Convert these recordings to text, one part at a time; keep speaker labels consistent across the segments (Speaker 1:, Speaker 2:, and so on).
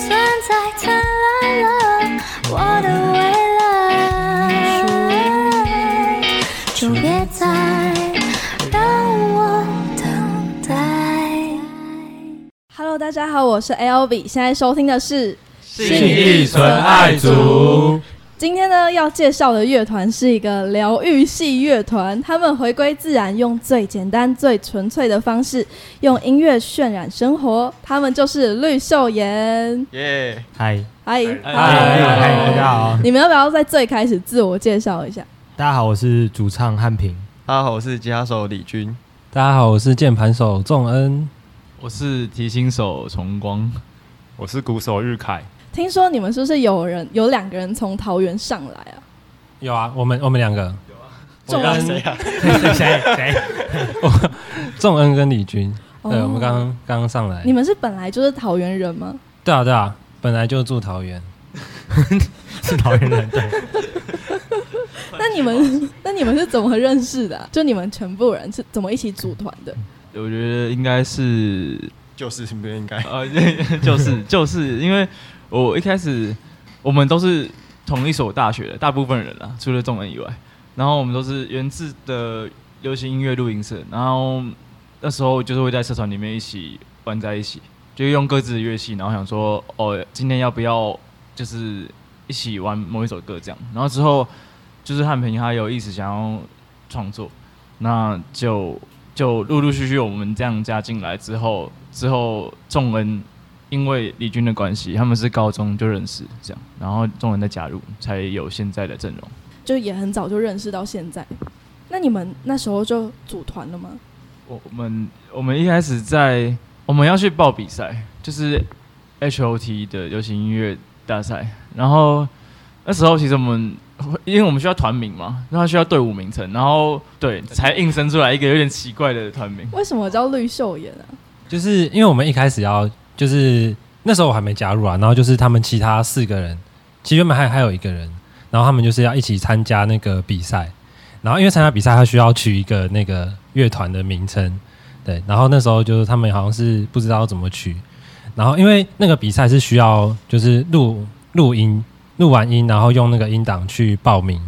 Speaker 1: 爱灿烂了我的未来，就别再让我等待。
Speaker 2: Hello，大家好，我是 L B，现在收听的是
Speaker 3: 信义纯爱族，
Speaker 2: 今天呢要介绍的乐团是一个疗愈系乐团，他们回归自然，用最简单、最纯粹的方式，用音乐渲染生活。他们就是绿秀妍。
Speaker 3: 耶！
Speaker 4: 嗨，
Speaker 2: 嗨
Speaker 3: 嗨
Speaker 4: 嗨，大家好，
Speaker 2: 你们要不要在最开始自我介绍一下？
Speaker 4: 大家好，我是主唱汉平，
Speaker 3: 大家好，我是吉他手李军。
Speaker 5: 大家好，我是键盘手仲恩。
Speaker 6: 我是提琴手崇光，
Speaker 7: 我是鼓手日凯，
Speaker 2: 听说你们是不是有人有两个人从桃园上来啊？
Speaker 5: 有啊，我们我们两个
Speaker 2: 仲
Speaker 5: 我跟
Speaker 2: 恩
Speaker 3: 啊
Speaker 4: 谁谁？
Speaker 5: 仲恩跟李军，
Speaker 2: 哦
Speaker 5: 对，我们刚刚刚刚上来
Speaker 2: 你。们是本来就是桃园人吗？
Speaker 5: 对啊对啊，本来就住桃园，
Speaker 4: 是桃园 人对，
Speaker 2: 那你们那你们是怎么认识的啊、就你们全部人是怎么一起组团的？
Speaker 6: 我觉得应该是
Speaker 3: 就是不应该，
Speaker 6: 呃， 就是就是因为我一开始我们都是同一所大学的，大部分人啦，除了众人以外，然后我们都是源自的流行音乐录音社，然后那时候就是会在社团里面一起玩在一起，就用各自的乐器，然后想说哦，今天要不要就是一起玩某一首歌这样，然后之后就是汉平他有意思想要创作，那就就陆陆续续我们这样加进来之后，之后仲恩因为李军的关系，他们是高中就认识这样，然后仲恩再加入，才有现在的阵容。
Speaker 2: 就也很早就认识到现在。那你们那时候就组团了吗？
Speaker 6: 我我们我们一开始在我们要去报比赛，就是 HOT 的流行音乐大赛，然后那时候其实我们。因为我们需要团名嘛，然后需要队伍名称，然后对才硬生出来一个有点奇怪的团名。
Speaker 2: 为什么叫绿秀妍啊？
Speaker 5: 就是因为我们一开始要就是那时候我还没加入啊，然后就是他们其他四个人，其实原本还还有一个人，然后他们就是要一起参加那个比赛，然后因为参加比赛他需要取一个那个乐团的名称，对，然后那时候就是他们好像是不知道怎么取，然后因为那个比赛是需要就是录录音，录完音然后用那个音档去报名，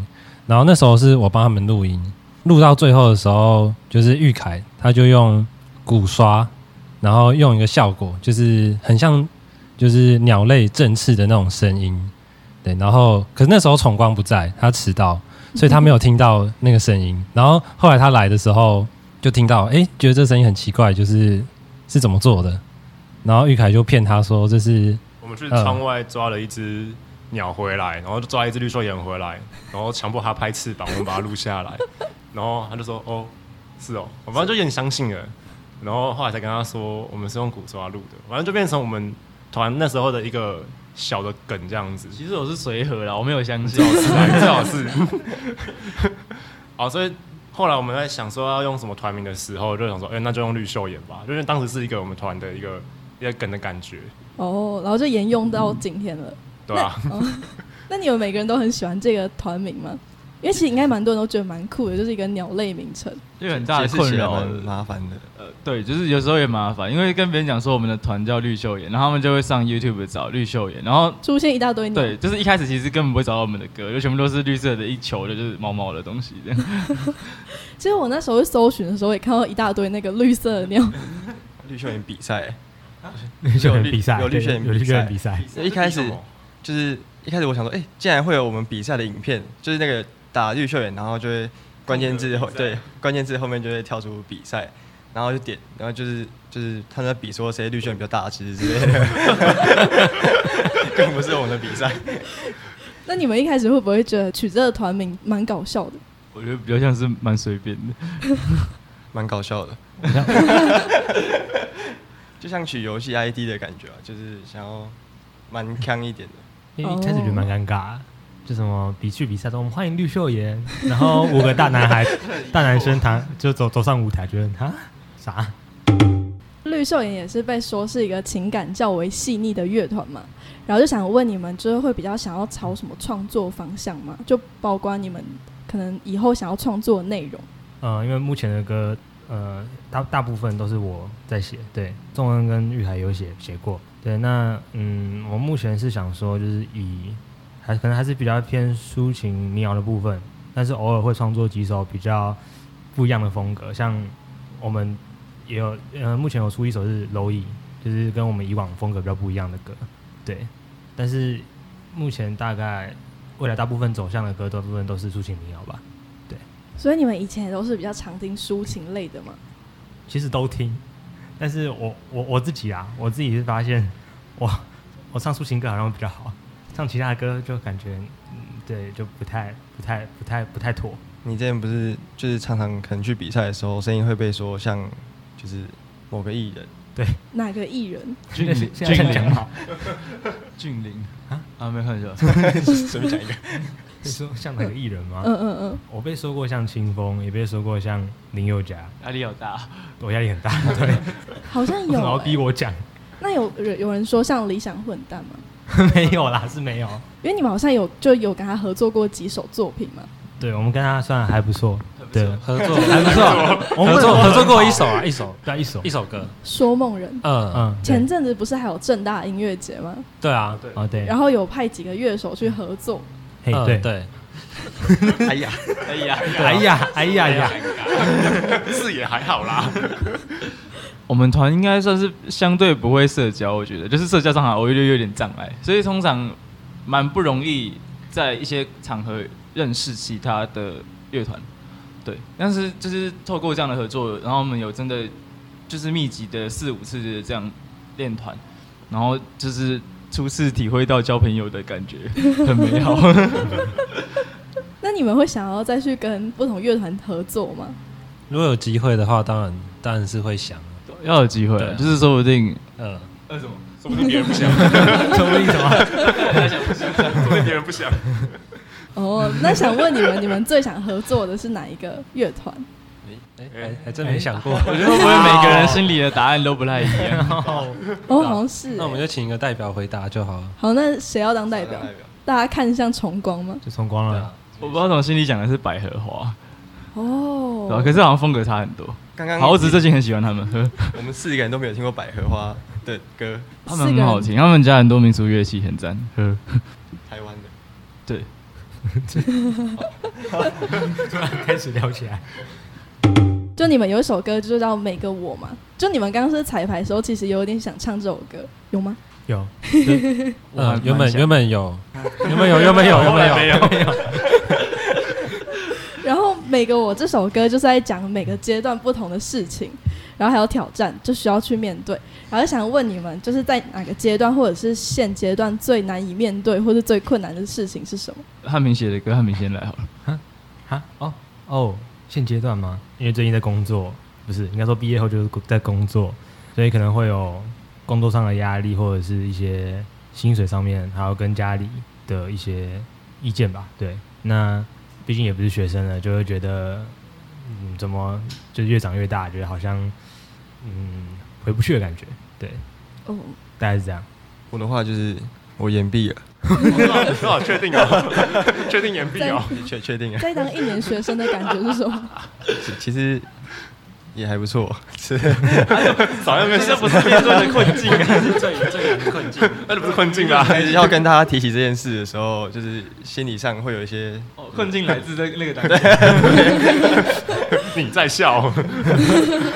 Speaker 5: 然后那时候是我帮他们录音，录到最后的时候就是玉凯他就用鼓刷。然后用一个效果，就是很像就是鸟类振翅的那种声音，对。然后可是那时候崇光不在，他迟到，所以他没有听到那个声音。然后后来他来的时候就听到，诶，觉得这声音很奇怪，就是是怎么做的？然后玉凯就骗他说这是
Speaker 7: 我们去窗外抓了一只鸟回来，然后就抓一只绿袖眼回来，然后强迫它拍翅膀，我们把它录 下来，然后他就说：“哦，是哦。”我反正就有点相信了，然后后来才跟他说我们是用骨抓录的，反正就变成我们团那时候的一个小的梗这样子。
Speaker 6: 其实我是随和啦，我没有相信。
Speaker 7: 最好是。 哦好，所以后来我们在想说要用什么团名的时候，就想说，哎、那就用绿袖眼吧，就因为当时是一个我们团的一个一个梗的感觉，
Speaker 2: 哦，然后就沿用到今天了。
Speaker 7: 对吧、
Speaker 2: 那你们每个人都很喜欢这个团名吗？因为其实应该蛮多人都觉得蛮酷的，就是一个鸟类名称。
Speaker 6: 就很大的
Speaker 3: 解释
Speaker 6: 困
Speaker 3: 起来
Speaker 6: 扰
Speaker 3: 蛮。麻烦的。
Speaker 6: 对，就是有时候也麻烦，因为跟别人讲说我们的团叫绿袖眼，然后他们就会上 YouTube 找绿袖眼，然后
Speaker 2: 出现一大堆鸟，
Speaker 6: 对，就是一开始其实根本不会找到我们的歌，就全部都是绿色的一球的，就是毛毛的东西这样。
Speaker 2: 其实我那时候去搜寻的时候，也看到一大堆那个绿色的鸟，
Speaker 3: 绿秀眼比赛，
Speaker 4: 绿秀人比赛，
Speaker 3: 有绿
Speaker 4: 对 有
Speaker 3: 有绿
Speaker 4: 绿
Speaker 3: 秀
Speaker 4: 秀
Speaker 3: 人
Speaker 4: 人
Speaker 3: 比
Speaker 4: 比赛，
Speaker 3: 一开始
Speaker 7: 哦
Speaker 3: 就是一开始我想说，哎，竟然会有我们比赛的影片，就是那个打绿秀眼，然后就会关键字
Speaker 7: 哦
Speaker 3: 后对关键字后面就会跳出比赛，然后就点，然后就是就是他们在比说谁绿秀眼比较大只之类 的，根本不是我们的比赛。
Speaker 2: 那你们一开始会不会觉得取这个团名蛮搞笑的？
Speaker 6: 我觉得比较像是蛮随便的，
Speaker 3: 蛮搞笑 的，就像取游戏 ID 的感觉啊，就是想要蛮强一点的。
Speaker 4: 因为一开始觉得蛮尴尬，啊就什么比去比赛中，我们欢迎绿秀妍，然后五个大男 孩、大男生谈就走走上舞台，觉得哈啥？
Speaker 2: 绿秀妍也是被说是一个情感较为细腻的乐团嘛，然后就想问你们，就是会比较想要朝什么创作方向吗？就包括你们可能以后想要创作的内容。
Speaker 4: 呃，因为目前的歌呃，大大部分都是我在写，对，仲恩跟玉海有写写过，对，那嗯，我目前是想说，就是以还可能还是比较偏抒情民谣的部分，但是偶尔会创作几首比较不一样的风格，像我们也有呃，目前有出一首是蝼蚁，就是跟我们以往风格比较不一样的歌，对，但是目前大概未来大部分走向的歌，大部分都是抒情民谣吧，
Speaker 2: 所以你们以前也都是比较常听抒情类的嘛？
Speaker 4: 其实都听，但是我我我自己啊，我自己是发现 我我唱抒情歌好像比较好，唱其他的歌就感觉嗯对就不太不太不太不太 妥，
Speaker 3: 你之前不是就是常常可能去比赛的时候，声音会被说像就是某个艺人，
Speaker 2: 哪个艺人？
Speaker 4: 现
Speaker 6: 俊
Speaker 4: 在
Speaker 6: 霖
Speaker 4: 现在在讲好，
Speaker 6: 俊霖
Speaker 4: 啊
Speaker 6: 啊，没有开玩笑，
Speaker 3: 随便讲一个。
Speaker 4: 你说像哪个艺人吗？
Speaker 2: 嗯嗯嗯，
Speaker 4: 我被说过像清风，也被说过像林宥嘉，
Speaker 6: 压力好大。
Speaker 4: 我压力 很大，对，
Speaker 2: 好像有、
Speaker 4: 然后逼
Speaker 2: 欸。
Speaker 4: 我讲，
Speaker 2: 那有人有人说像理想混蛋吗？
Speaker 4: 没有啦，是没有。
Speaker 2: 因为你们好像有就有跟他合作过几首作品嘛？
Speaker 4: 对，我们跟他算还不错，对，
Speaker 5: 合作
Speaker 4: 还不错，我们
Speaker 5: 合作合作过一首啊，一首
Speaker 4: 对一首
Speaker 5: 一，首歌，
Speaker 2: 说梦人。
Speaker 5: 嗯嗯，
Speaker 4: 嗯，对
Speaker 2: 前阵子不是还有正大音乐节吗？
Speaker 5: 对啊，
Speaker 4: 哦对，
Speaker 2: 然后有派几个乐手去合作，
Speaker 4: 嘿
Speaker 5: 嗯
Speaker 4: 对
Speaker 5: 对，
Speaker 3: 哎呀，
Speaker 6: 哎呀，
Speaker 4: 哎呀，哎呀呀，
Speaker 7: 是也还好啦。
Speaker 6: 我们团应该算是相对不会社交，我觉得就是社交上偶遇率有点障碍，所以通常蛮不容易在一些场合认识其他的乐团。对，但是就是透过这样的合作，然后我们有真的就是密集的四五次的这样练团，然后就是初次体会到交朋友的 感觉，很美好。
Speaker 2: 那你们会想要再去跟不同乐团合作吗？
Speaker 5: 如果有机会的话，当然当然是会想，
Speaker 6: 要有机会啊，
Speaker 5: 对啊
Speaker 6: 就是说不 定
Speaker 5: 嗯，
Speaker 6: 呃什么
Speaker 7: 说不定别人不想，
Speaker 4: 什么意思吗？
Speaker 7: 说不定别人不想。
Speaker 2: 哦，那想问你们，你们最想合作的是哪一个乐团？
Speaker 5: 哎
Speaker 7: 哎
Speaker 5: 还还真没想过，
Speaker 6: 我觉得会不会每个人心里的答案都不太一样？
Speaker 2: 哦，好像是欸、欸
Speaker 5: 那我们就请一个代表回答就好了。
Speaker 2: 好，那谁要当代表？大家看像崇光吗？
Speaker 4: 就冲光
Speaker 5: 对
Speaker 4: 了
Speaker 5: 啊，
Speaker 6: 我不知道怎么心里讲的是百合花，对吧？
Speaker 2: 哦
Speaker 6: 可，是好像风格差很多。
Speaker 3: 刚刚
Speaker 6: 好，我只是最近很喜欢他们，呵
Speaker 3: 我们四个人都没有听过百合花的歌，
Speaker 6: 他们很好听，他们家很多民族乐器很赞。呵
Speaker 3: 台湾的。
Speaker 6: 对，
Speaker 4: 开始聊起来。
Speaker 2: 就你们有一首歌就是叫《每个我》嘛，就你们刚刚是彩排的时候，其实有点想唱这首歌，有吗？
Speaker 4: 有，
Speaker 6: 我还
Speaker 5: 嗯，原
Speaker 6: 蛮
Speaker 5: 本
Speaker 6: 想
Speaker 5: 原本有， 原本有，原本有，原本有，
Speaker 7: 没有，
Speaker 2: 然后每个我这首歌就是在讲每个阶段不同的事情，然后还有挑战，就需要去面对。然后想问你们，就是在哪个阶段或者是现阶段最难以面对或是最困难的事情是什么？
Speaker 6: 汉明写的歌，汉明先来好了。
Speaker 4: 啊，哦哦，现阶段吗？因为最近在工作，不是应该说毕业后就是在工作，所以可能会有工作上的压力，或者是一些薪水上面，还有跟家里的一些意见吧。对，那毕竟也不是学生了，就会觉得，嗯，怎么就越长越大，觉得好像，嗯，回不去的感觉。对，
Speaker 2: 哦，
Speaker 4: 大概是这样。
Speaker 3: 我的话就是我延毕了，
Speaker 7: 你好确定哦，确定岩壁
Speaker 2: 在
Speaker 7: 哦。
Speaker 3: 确确定啊，
Speaker 2: 在当一年学生的感觉是什么？
Speaker 3: 其其实也还不错，是
Speaker 7: 早上没这不是面对的困境，啊是最最难的困境，那就不是困境啦。
Speaker 3: 要跟大家提起这件事的时候，就是心理上会有一些
Speaker 6: 哦，困境来自那那个单词。
Speaker 7: 你在笑，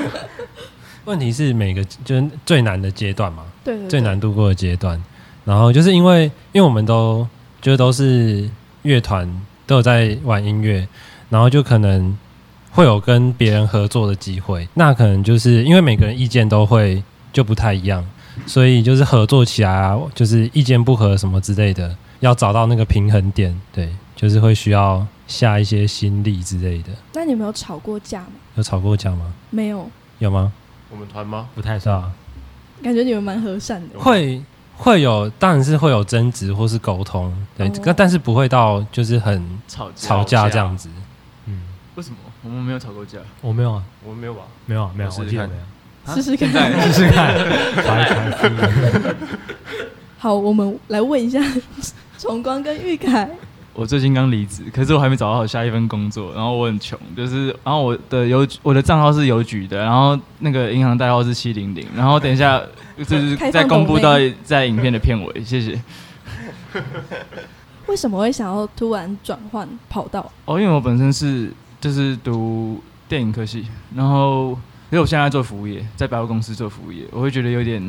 Speaker 5: 问题是每个就是最难的阶段嘛，
Speaker 2: 对对对，
Speaker 5: 最难度过的阶段。然后就是因为因为我们都就是都是乐团，都有在玩音乐，然后就可能会有跟别人合作的机会。那可能就是因为每个人意见都会就不太一样，所以就是合作起来啊，就是意见不合什么之类的，要找到那个平衡点。对，就是会需要下一些心力之类的。
Speaker 2: 那你们有吵过架吗？
Speaker 5: 有吵过架吗？
Speaker 2: 没有，
Speaker 5: 有吗？
Speaker 7: 我们团吗？
Speaker 4: 不太算啊，
Speaker 2: 感觉你们蛮和善的。
Speaker 5: 会会有，当然是会有争执或是沟通，对，
Speaker 2: 哦
Speaker 5: 那、但是不会到就是很
Speaker 6: 吵架？
Speaker 5: 吵架这样子。
Speaker 4: 嗯，
Speaker 6: 为什么？我们没有吵过架。
Speaker 4: 我没有啊，
Speaker 7: 我们没有吧？
Speaker 4: 没有啊，没有，
Speaker 3: 我试试
Speaker 4: 我记得
Speaker 3: 看
Speaker 4: 没有。
Speaker 2: 试试看。
Speaker 4: 试试看，查一查。
Speaker 2: 好，我们来问一下崇光跟玉凯，
Speaker 6: 我最近刚离职，可是我还没找到好下一份工作，然后我很穷，就是然后我的邮我的账号是邮局的，然后那个银行代号是七零零，然后等一下就是
Speaker 2: 开放
Speaker 6: 再公布
Speaker 2: 抖
Speaker 6: 到
Speaker 2: 内
Speaker 6: 在影片的片尾，谢谢。
Speaker 2: 为什么会想要突然转换跑道？
Speaker 6: 哦，因为我本身是就是读电影科系，然后因为我现在在做服务业，在百货公司做服务业，我会觉得有点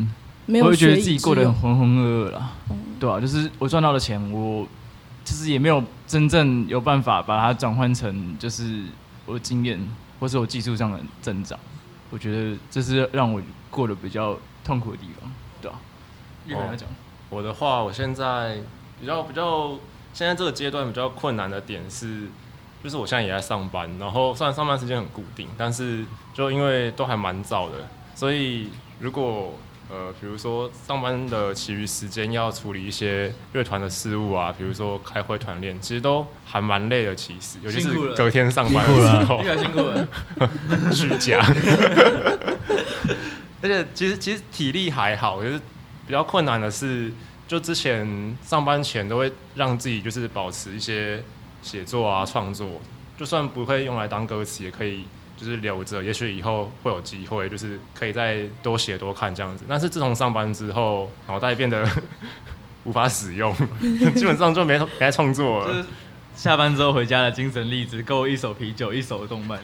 Speaker 2: 没有
Speaker 6: 我会觉得
Speaker 2: 学以
Speaker 6: 自己
Speaker 2: 致
Speaker 6: 过得很
Speaker 2: 用
Speaker 6: 浑浑噩噩啦，
Speaker 2: 嗯
Speaker 6: 对啊，就是我赚到的钱，我就是也没有真正有办法把它转换成就是我的经验或是我技术上的增长，我觉得这是让我过得比较痛苦的地方，对啊。日本来讲，
Speaker 7: 我的话，我现在比较比较，现在这个阶段比较困难的点是，就是我现在也在上班，然后虽然上班时间很固定，但是就因为都还蛮早的，所以如果呃，比如说上班的其余时间要处理一些乐团的事务啊，比如说开会团练，其实都还蛮累的。其实，尤其是
Speaker 6: 辛苦了
Speaker 7: 隔天上班的时候
Speaker 3: 哦
Speaker 6: 越来辛苦了，
Speaker 7: 居家，而且其实其实体力还好，就是比较困难的是，就之前上班前都会让自己就是保持一些写作啊创作，就算不会用来当歌词，也可以就是留着，也许以后会有机会，就是可以再多写多看这样子。但是自从上班之后，脑袋变得 无法使用，基本上就没没在创作
Speaker 6: 就
Speaker 7: 了
Speaker 6: 是。下班之后回家的精神励志，够一手啤酒，一手动漫。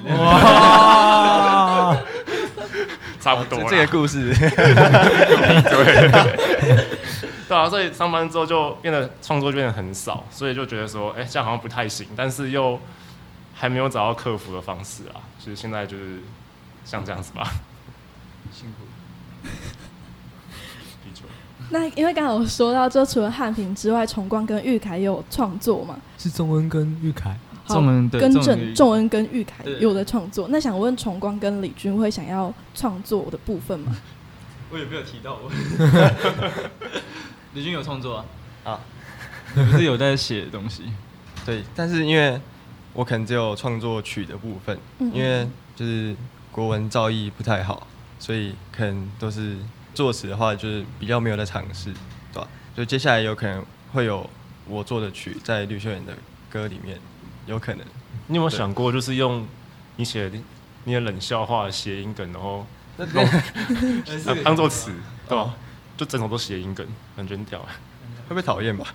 Speaker 7: 差不多
Speaker 3: 这
Speaker 7: 啦。
Speaker 3: 这个故 事
Speaker 7: 对啊，所以上班之后就变得创作就变得很少，所以就觉得说，哎、这样好像不太行，但是又还没有找到克服的方式啊。所以现在就是像这样子吧。
Speaker 6: 辛苦。
Speaker 7: 啤酒
Speaker 2: 那因为刚才我说到，就除了汉平之外，崇光跟玉凯也有创作嘛，
Speaker 5: 是中文跟玉凯，
Speaker 2: 好
Speaker 6: 众人对
Speaker 2: 跟
Speaker 6: 众
Speaker 2: 郑
Speaker 6: 人
Speaker 2: 仲恩跟玉凯
Speaker 6: 对
Speaker 2: 有的创作。那想问崇光跟李军会想要创作的部分吗？
Speaker 6: 我也没有提到我。李军有创作啊？
Speaker 3: 啊，
Speaker 6: 你不是有在写东西？
Speaker 3: 对，但是因为我可能只有创作曲的部分，
Speaker 2: 嗯
Speaker 3: 因为就是国文造诣不太好，所以可能都是作词的话，就是比较没有在尝试，对吧？所以接下来有可能会有我做的曲在绿秀园的歌里面，有可能。
Speaker 7: 你有没有想过，就是用你写的你的冷笑话、谐音梗，然后
Speaker 3: 那
Speaker 7: 当当做词，对吧？就整首都谐音梗，感觉很屌啊。
Speaker 3: 会被讨厌吧？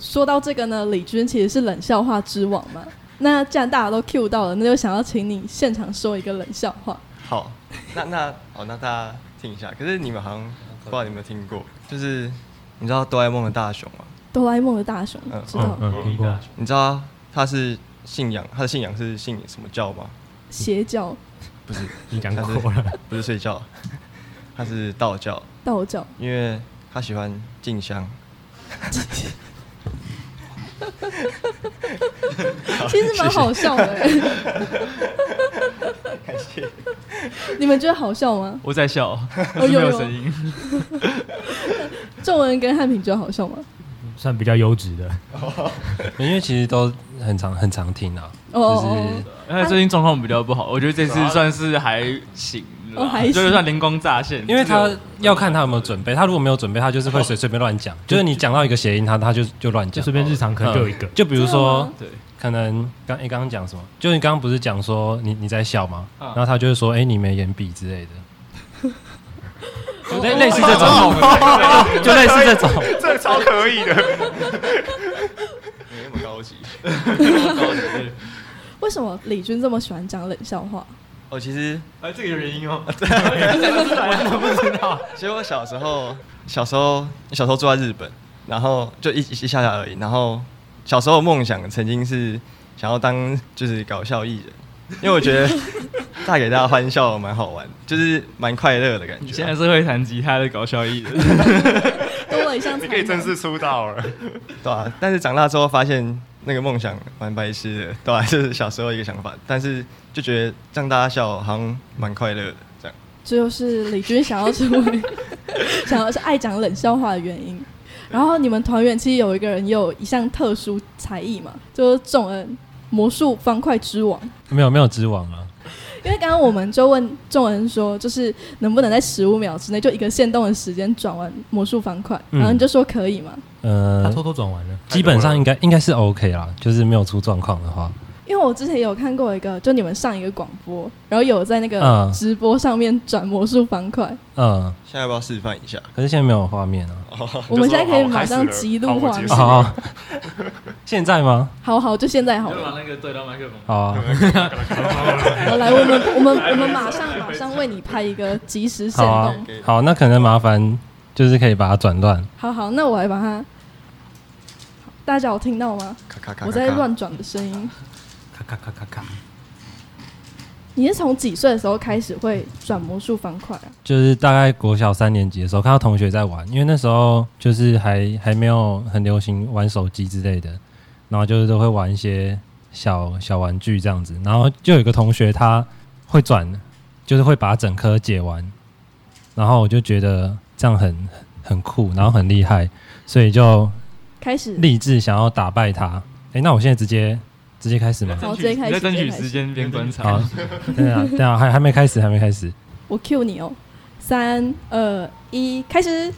Speaker 2: 说到这个呢，李军其实是冷笑话之王嘛。那既然大家都 Q 到了，那就想要请你现场说一个冷笑话。
Speaker 3: 好，那那哦，那大家听一下。可是你们好像不知道有没有听过，就是你知道哆啦 A 梦的大雄吗？
Speaker 2: 哆啦 A 梦的大雄
Speaker 3: 嗯
Speaker 2: 知道
Speaker 5: 嗯，听过。
Speaker 3: 你知道他是信仰，他的信仰是信什么教吗？
Speaker 2: 邪教、
Speaker 3: 不是，
Speaker 5: 你讲
Speaker 3: 他是
Speaker 5: 过了，
Speaker 3: 不是睡觉，他是道教，
Speaker 2: 道教，
Speaker 3: 因为他喜欢静香。
Speaker 2: 其实蛮好笑的、
Speaker 3: 感谢。
Speaker 2: 你们觉得好笑吗？
Speaker 6: 我在笑，我是没
Speaker 2: 哦有
Speaker 6: 有
Speaker 2: 有
Speaker 6: 声音。
Speaker 2: 仲文跟汉平觉得好笑吗？
Speaker 4: 算比较优质的。
Speaker 5: 因为其实都很常很常听啊，
Speaker 2: 哦
Speaker 5: 就是
Speaker 2: 哦
Speaker 6: 哎，最近状况比较不好，我觉得这次算是还行啦，
Speaker 2: 哦还行
Speaker 6: 就是算灵光乍现。
Speaker 5: 因为他
Speaker 6: 这个
Speaker 5: 要看他有没有准备，他如果没有准备，他就是会随随便乱讲，就是你讲到一个谐音，他他就就乱
Speaker 4: 哦就
Speaker 5: 讲，
Speaker 4: 随便日常可能就有一个
Speaker 5: 嗯，就比如说
Speaker 6: 对
Speaker 5: 可能刚你刚刚讲什么，就你刚刚不是讲说你你在笑吗？
Speaker 4: 啊
Speaker 6: 嗯
Speaker 5: 然后他就会说，哎，你没眼笔之类的。就类
Speaker 2: 哦
Speaker 5: 类似这种，就类似这种，
Speaker 7: 这个超可以的。
Speaker 3: 没那么高级。
Speaker 2: 为什么李军这么喜欢讲冷笑话？
Speaker 3: 哦，其实
Speaker 6: 哎，这个有原因哦。
Speaker 3: 其实我小时候，小时候，小时候住在日本，然后就一一下下而已。然后小时候的梦想曾经是想要当就是搞笑艺人，因为我觉得 带给大家欢笑蛮好玩，就是蛮快乐的感
Speaker 6: 你
Speaker 3: 觉。
Speaker 6: 现在是会弹吉他的搞笑艺人，
Speaker 2: 多了一项才
Speaker 7: 你可以
Speaker 2: 能。
Speaker 7: 正式出道了，
Speaker 3: 对啊，但是长大之后发现那个梦想蛮白痴的，对啊， 就是小时候一个想法，但是就觉得让大家笑好像蛮快乐的这样。
Speaker 2: 这就是李军想要成为 想要是爱讲冷笑话的原因。然后你们团员其实有一个人也有一项特殊才艺嘛，就是仲恩魔术方块之王。
Speaker 5: 没有没有之王啊，
Speaker 2: 因为刚刚我们就问众人说，就是能不能在十五秒之内就一个限动的时间转完魔术方块，
Speaker 5: 嗯
Speaker 2: 然后你就说可以嘛？
Speaker 5: 呃
Speaker 4: 他，偷偷转完了，
Speaker 5: 基本上应该应该是 OK 啦，就是没有出状况的话，
Speaker 2: 因为我之前有看过一个，就你们上一个广播，然后有在那个
Speaker 5: 嗯
Speaker 2: 直播上面转魔术方块，
Speaker 5: 嗯，
Speaker 3: 现在要不要示范一下？
Speaker 5: 可是现在没有画面啊。
Speaker 2: 我们
Speaker 7: 你就
Speaker 2: 现在
Speaker 7: 说
Speaker 2: 可以
Speaker 7: 好
Speaker 2: 马
Speaker 7: 开始
Speaker 2: 上
Speaker 7: 了
Speaker 2: 记录
Speaker 7: 好我
Speaker 2: 画
Speaker 7: 结
Speaker 2: 面
Speaker 4: 哦
Speaker 7: 束。
Speaker 5: 好好，现在吗？
Speaker 2: 好好，就现在好
Speaker 6: 就把
Speaker 2: 了。
Speaker 6: 那个对到麦克风。
Speaker 5: 好啊，
Speaker 2: 好，来，我们我们我们马上马上为你拍一个即时限
Speaker 5: 好啊
Speaker 2: 动。，
Speaker 5: 好，那可能麻烦就是可以把它转乱。
Speaker 2: 好好，那我来把它。大家有听到吗？
Speaker 3: 咔咔咔咔咔
Speaker 2: 我在乱转的声音。
Speaker 4: 咔咔咔咔咔，
Speaker 2: 你是从几岁的时候开始会转魔术方块啊？
Speaker 5: 就是大概国小三年级的时候，看到同学在玩，因为那时候就是还还没有很流行玩手机之类的，然后就是都会玩一些小小玩具这样子。然后就有一个同学他会转，就是会把整颗解完，然后我就觉得这样很很酷，然后很厉害，所以就
Speaker 2: 开始，
Speaker 5: 立志想要打败他。诶，那我现在直接直接开始 吗？
Speaker 2: 好，
Speaker 6: 争取
Speaker 2: 直接开始，
Speaker 6: 你在争
Speaker 2: 直接
Speaker 6: 取
Speaker 2: 开
Speaker 6: 时
Speaker 2: 始。
Speaker 6: 间边观察
Speaker 5: 好。，对啊，对啊，还还没开始，还没开始。
Speaker 2: 我 Q 你哦，三二一，开始。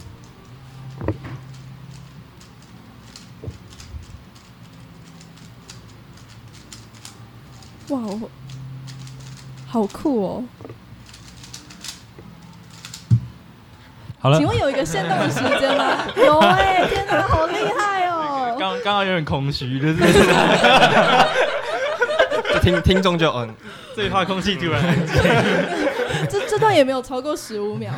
Speaker 2: 哇哦，好酷哦！
Speaker 5: 好了
Speaker 2: 请，问有一个限动的时间吗？有哎、天哪，好厉害哦！
Speaker 6: 刚刚好有点空虚，就是
Speaker 3: 就听听众就嗯，
Speaker 6: 这一话空气突然安静。
Speaker 2: 这这段也没有超过十五秒，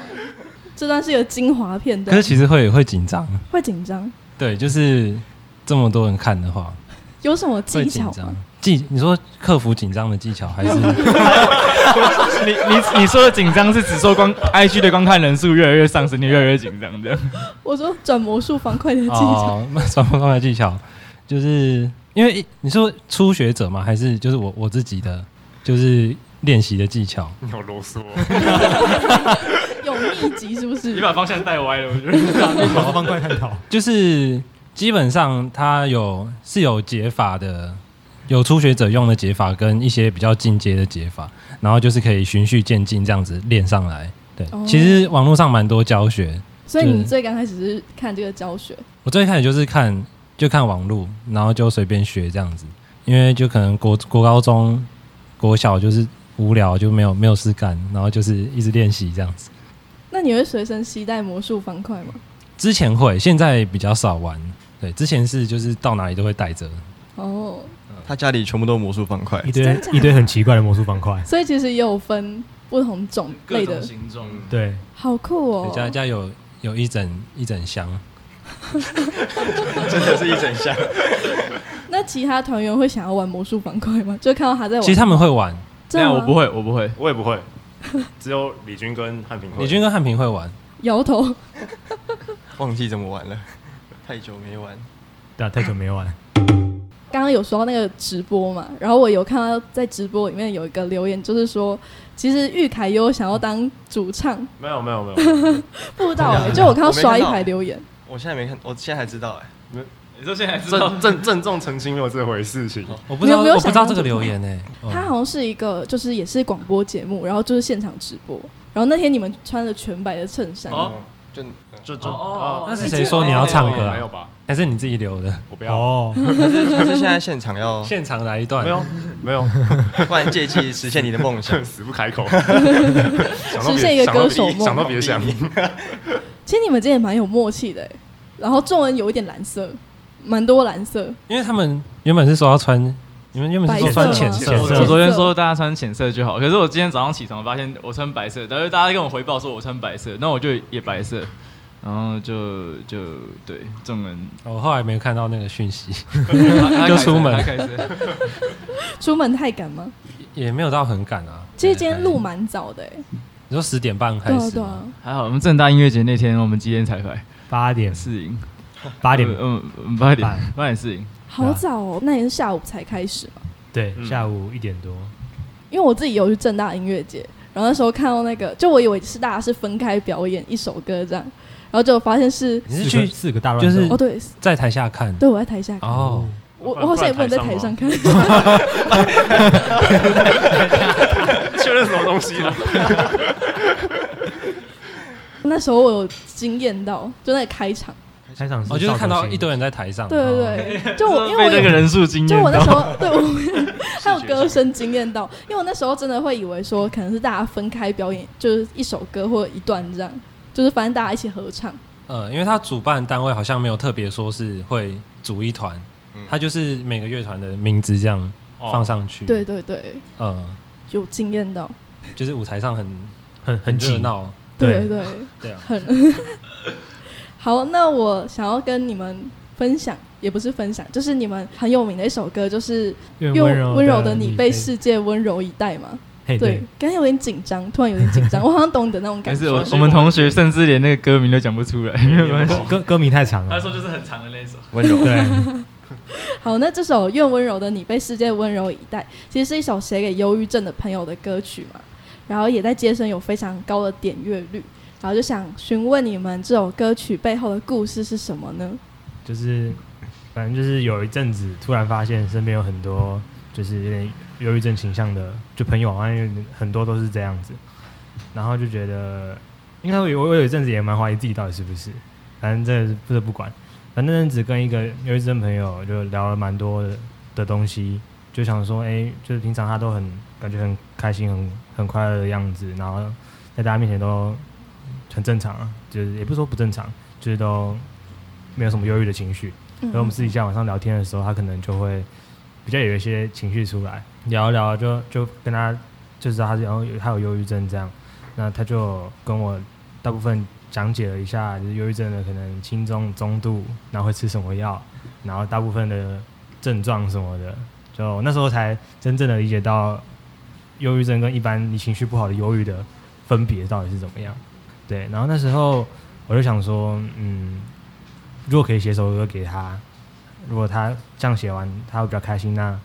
Speaker 2: 这段是一个精华片
Speaker 5: 可
Speaker 2: 段
Speaker 5: 是，其实会会紧张。
Speaker 2: 会紧张。
Speaker 5: 对，就是这么多人看的话，
Speaker 2: 有什么技
Speaker 5: 会紧
Speaker 2: 巧吗
Speaker 5: 张？。技，你说克服紧张的技巧 还是？
Speaker 6: 你你你说的紧张是指说光 IG 的观看人数越来越上升，你越来越紧张这样。
Speaker 2: 我说转魔术方块的技巧，
Speaker 5: 哦，转播方的技巧，就是因为一你说初学者嘛，还是就是我我自己的就是练习的技巧。
Speaker 7: 你好啰嗦哦，
Speaker 2: 有秘籍是不
Speaker 6: 你
Speaker 2: 是？
Speaker 6: 把方向带歪了，我觉得。
Speaker 4: 好方块探讨，
Speaker 5: 就是基本上它有是有解法的，有初学者用的解法跟一些比较进阶的解法，然后就是可以循序渐进这样子练上来。对，
Speaker 2: 哦
Speaker 5: 其实网络上蛮多教学，
Speaker 2: 所以你
Speaker 5: 对
Speaker 2: 最刚开始是看这个教学，
Speaker 5: 我最开始就是看就看网络，然后就随便学这样子，因为就可能国国高中、国小就是无聊就没有没有事干，然后就是一直练习这样子。
Speaker 2: 那你会随身携带魔术方块吗？
Speaker 5: 之前会，现在比较少玩。对，之前是就是到哪里都会带着。
Speaker 2: 哦，
Speaker 3: 他家里全部都是魔术方 块
Speaker 4: 一，堆一堆很奇怪的魔术方块，
Speaker 2: 所以其实也有分不同种类的，
Speaker 6: 形状，
Speaker 4: 对，
Speaker 2: 好酷
Speaker 5: 对
Speaker 2: 哦！
Speaker 5: 家家有有一整一整箱，
Speaker 3: 真的是一整箱。
Speaker 2: 那其他团员会想要玩魔术方块吗？就看到他在玩，
Speaker 5: 其实他们会玩，
Speaker 2: 真
Speaker 6: 但
Speaker 2: 的
Speaker 6: 我
Speaker 2: 吗
Speaker 6: 不会，我不会。
Speaker 7: 我也不会，只有李军跟汉平会。
Speaker 5: 李军跟汉平会玩，
Speaker 2: 摇头，
Speaker 3: 忘记怎么玩了，太久没玩。
Speaker 4: 对啊，太久没玩，
Speaker 2: 刚刚有说到那个直播嘛，然后我有看到在直播里面有一个留言，就是说其实玉凯也有想要当主唱，
Speaker 7: 没有没有没 有，
Speaker 2: 不知道、欸，就我看到
Speaker 3: 我没
Speaker 2: 刷一
Speaker 3: 看到
Speaker 2: 排留言，
Speaker 3: 我现在没看，我现在才知道哎、
Speaker 6: 你说现在哦知道
Speaker 7: 郑郑郑重澄清没有这回事情。
Speaker 2: 哦
Speaker 5: 我不知道
Speaker 2: 你有没有
Speaker 5: 我不知道
Speaker 2: 想到
Speaker 5: 这
Speaker 2: 这
Speaker 5: 个
Speaker 2: 个
Speaker 5: 留言呢、哦
Speaker 2: 他好像是一个就是也是广播节目，然后就是现场直播，然后那天你们穿了全白的衬衫，
Speaker 6: 哦
Speaker 3: 就
Speaker 7: 就就
Speaker 6: 哦哦哦
Speaker 7: 啊
Speaker 5: 那是谁说你要唱歌、
Speaker 7: 没有
Speaker 5: 啊？
Speaker 7: 吧？
Speaker 5: 还是你自己留的？
Speaker 7: 我不要，
Speaker 4: 哦，
Speaker 3: 还是现在现场 要，
Speaker 5: 现场来一段
Speaker 7: 没。有没有，。
Speaker 3: 不然借机实现你的梦想
Speaker 7: 死不 开口。
Speaker 2: 实现一个歌手梦
Speaker 7: 想到别的想到别 的想。
Speaker 2: 其实你们之前蛮有默契的欸，然后中文有一点蓝色，蛮多蓝色，
Speaker 5: 因为他们原本是说要穿，你们原本是说穿浅色
Speaker 4: 白色吗
Speaker 5: 的，
Speaker 6: 我
Speaker 4: 浅色
Speaker 6: 我昨天说大家穿浅色就好，可是我今天早上起床发现我穿白色，但是大家跟我回报说我穿白色，那我就也白色，然后就就对这种人
Speaker 5: 我哦后来没有看到那个讯息，
Speaker 6: 他
Speaker 5: 就出门
Speaker 6: 他开始他开始
Speaker 2: 出门太赶吗？
Speaker 5: 也没有到很赶啊。
Speaker 2: 其实今天录
Speaker 5: 嘛，
Speaker 2: 蛮早的欸，
Speaker 5: 你说十点半
Speaker 2: 对
Speaker 5: 开
Speaker 2: 啊
Speaker 5: 始
Speaker 2: 对
Speaker 5: 吗，
Speaker 2: 啊，
Speaker 6: 还好，我们正大音乐节那天我们几点彩排？
Speaker 4: 八点
Speaker 6: 四营，
Speaker 4: 八点
Speaker 5: 呃
Speaker 6: 嗯嗯八点
Speaker 4: 半
Speaker 6: 八点四营，
Speaker 2: 好早哦，那也是下午才开始嘛，
Speaker 4: 对，
Speaker 7: 嗯
Speaker 4: 下午一点多，
Speaker 2: 因为我自己有去正大音乐节，然后那时候看到那个，就我以为是大家是分开表演一首歌这样，然后就发现是，
Speaker 5: 你是
Speaker 4: 四个
Speaker 5: 去
Speaker 4: 四个大乱
Speaker 5: 就是
Speaker 4: 斗
Speaker 2: 哦对
Speaker 5: 在台下看
Speaker 2: 对，我在台下看，
Speaker 5: 哦，
Speaker 2: 我
Speaker 7: 不然
Speaker 2: 哦我好像也不能在台上看，
Speaker 7: 去确认什么东西了？
Speaker 2: 那时候我有惊艳到，就那个开场，
Speaker 4: 开场
Speaker 5: 哦，就是看到一堆人在台上，哦
Speaker 2: 对
Speaker 5: 然后
Speaker 2: 对对，就我因为
Speaker 6: 被
Speaker 2: 我
Speaker 6: 那
Speaker 2: 也
Speaker 6: 个人数惊
Speaker 2: 就
Speaker 6: 艳
Speaker 2: 我那时
Speaker 6: 到。
Speaker 2: 候对我还有歌声惊艳到，因为我那时候真的会以为说可能是大家分开表演，就是一首歌或者一段这样，就是反正大家一起合唱。
Speaker 5: 呃，因为他主办单位好像没有特别说是会组一团，
Speaker 3: 嗯
Speaker 5: 他就是每个乐团的名字这样放上去。
Speaker 2: 对，对对，
Speaker 5: 呃，
Speaker 2: 有惊艳到，
Speaker 5: 就是舞台上很
Speaker 4: 很很
Speaker 5: 很
Speaker 4: 挤
Speaker 5: 热，闹，
Speaker 2: 对
Speaker 4: 对
Speaker 2: 对，
Speaker 5: 对啊，
Speaker 2: 很 好。那我想要跟你们分享，也不是分享，就是你们很有名的一首歌，就是
Speaker 4: 愿
Speaker 2: 用温
Speaker 4: 温
Speaker 2: 柔
Speaker 4: 柔
Speaker 2: 的你
Speaker 4: 你
Speaker 2: 被世界温柔以待嘛。
Speaker 4: 嘿
Speaker 2: 对
Speaker 4: 对，，
Speaker 2: 刚才有点紧张，突然有点紧 张，我好像懂你的那种
Speaker 6: 但
Speaker 2: 感
Speaker 6: 是
Speaker 2: 觉。
Speaker 6: 我我们同学甚至连那个歌名都讲不出来，没有 关系。
Speaker 4: 歌歌名太长了，
Speaker 6: 说就是很长的那首，
Speaker 3: 温柔，
Speaker 4: 对，
Speaker 2: 好，那这首《愿温柔的你被世界温柔以待》，其实是一首写给忧郁症的朋友的歌曲嘛，然后也在街声有非常高的点阅率，然后就想询问你们这首歌曲背后的故事是什么呢？
Speaker 4: 就是反正就是有一阵子突然发现身边有很多就是有点忧郁症倾向的，就朋友好像有点很多都是这样子，然后就觉得，应该我有我有一阵子也蛮怀疑自己到底是不是，反正这不是不管，反正那阵子跟一个忧郁症朋友就聊了蛮多的的东西，就想说，哎、就是平常他都很感觉很开心、很很快乐的样子，然后在大家面前都很正常啊，就是也不是说不正常，就是都没有什么忧郁的情绪。
Speaker 2: 嗯
Speaker 4: 然后我们私底下晚上聊天的时候，他可能就会比较有一些情绪出来，聊一聊就就跟他就知道他是然后他有忧郁症这样，那他就跟我大部分讲解了一下，就是忧郁症的可能轻中、中度，然后会吃什么药，然后大部分的症状什么的，就那时候才真正的理解到忧郁症跟一般你情绪不好的忧郁的分别到底是怎么样。对，然后那时候我就想说，嗯，如果可以写首歌给他，如果他这样写完他会比较开心，那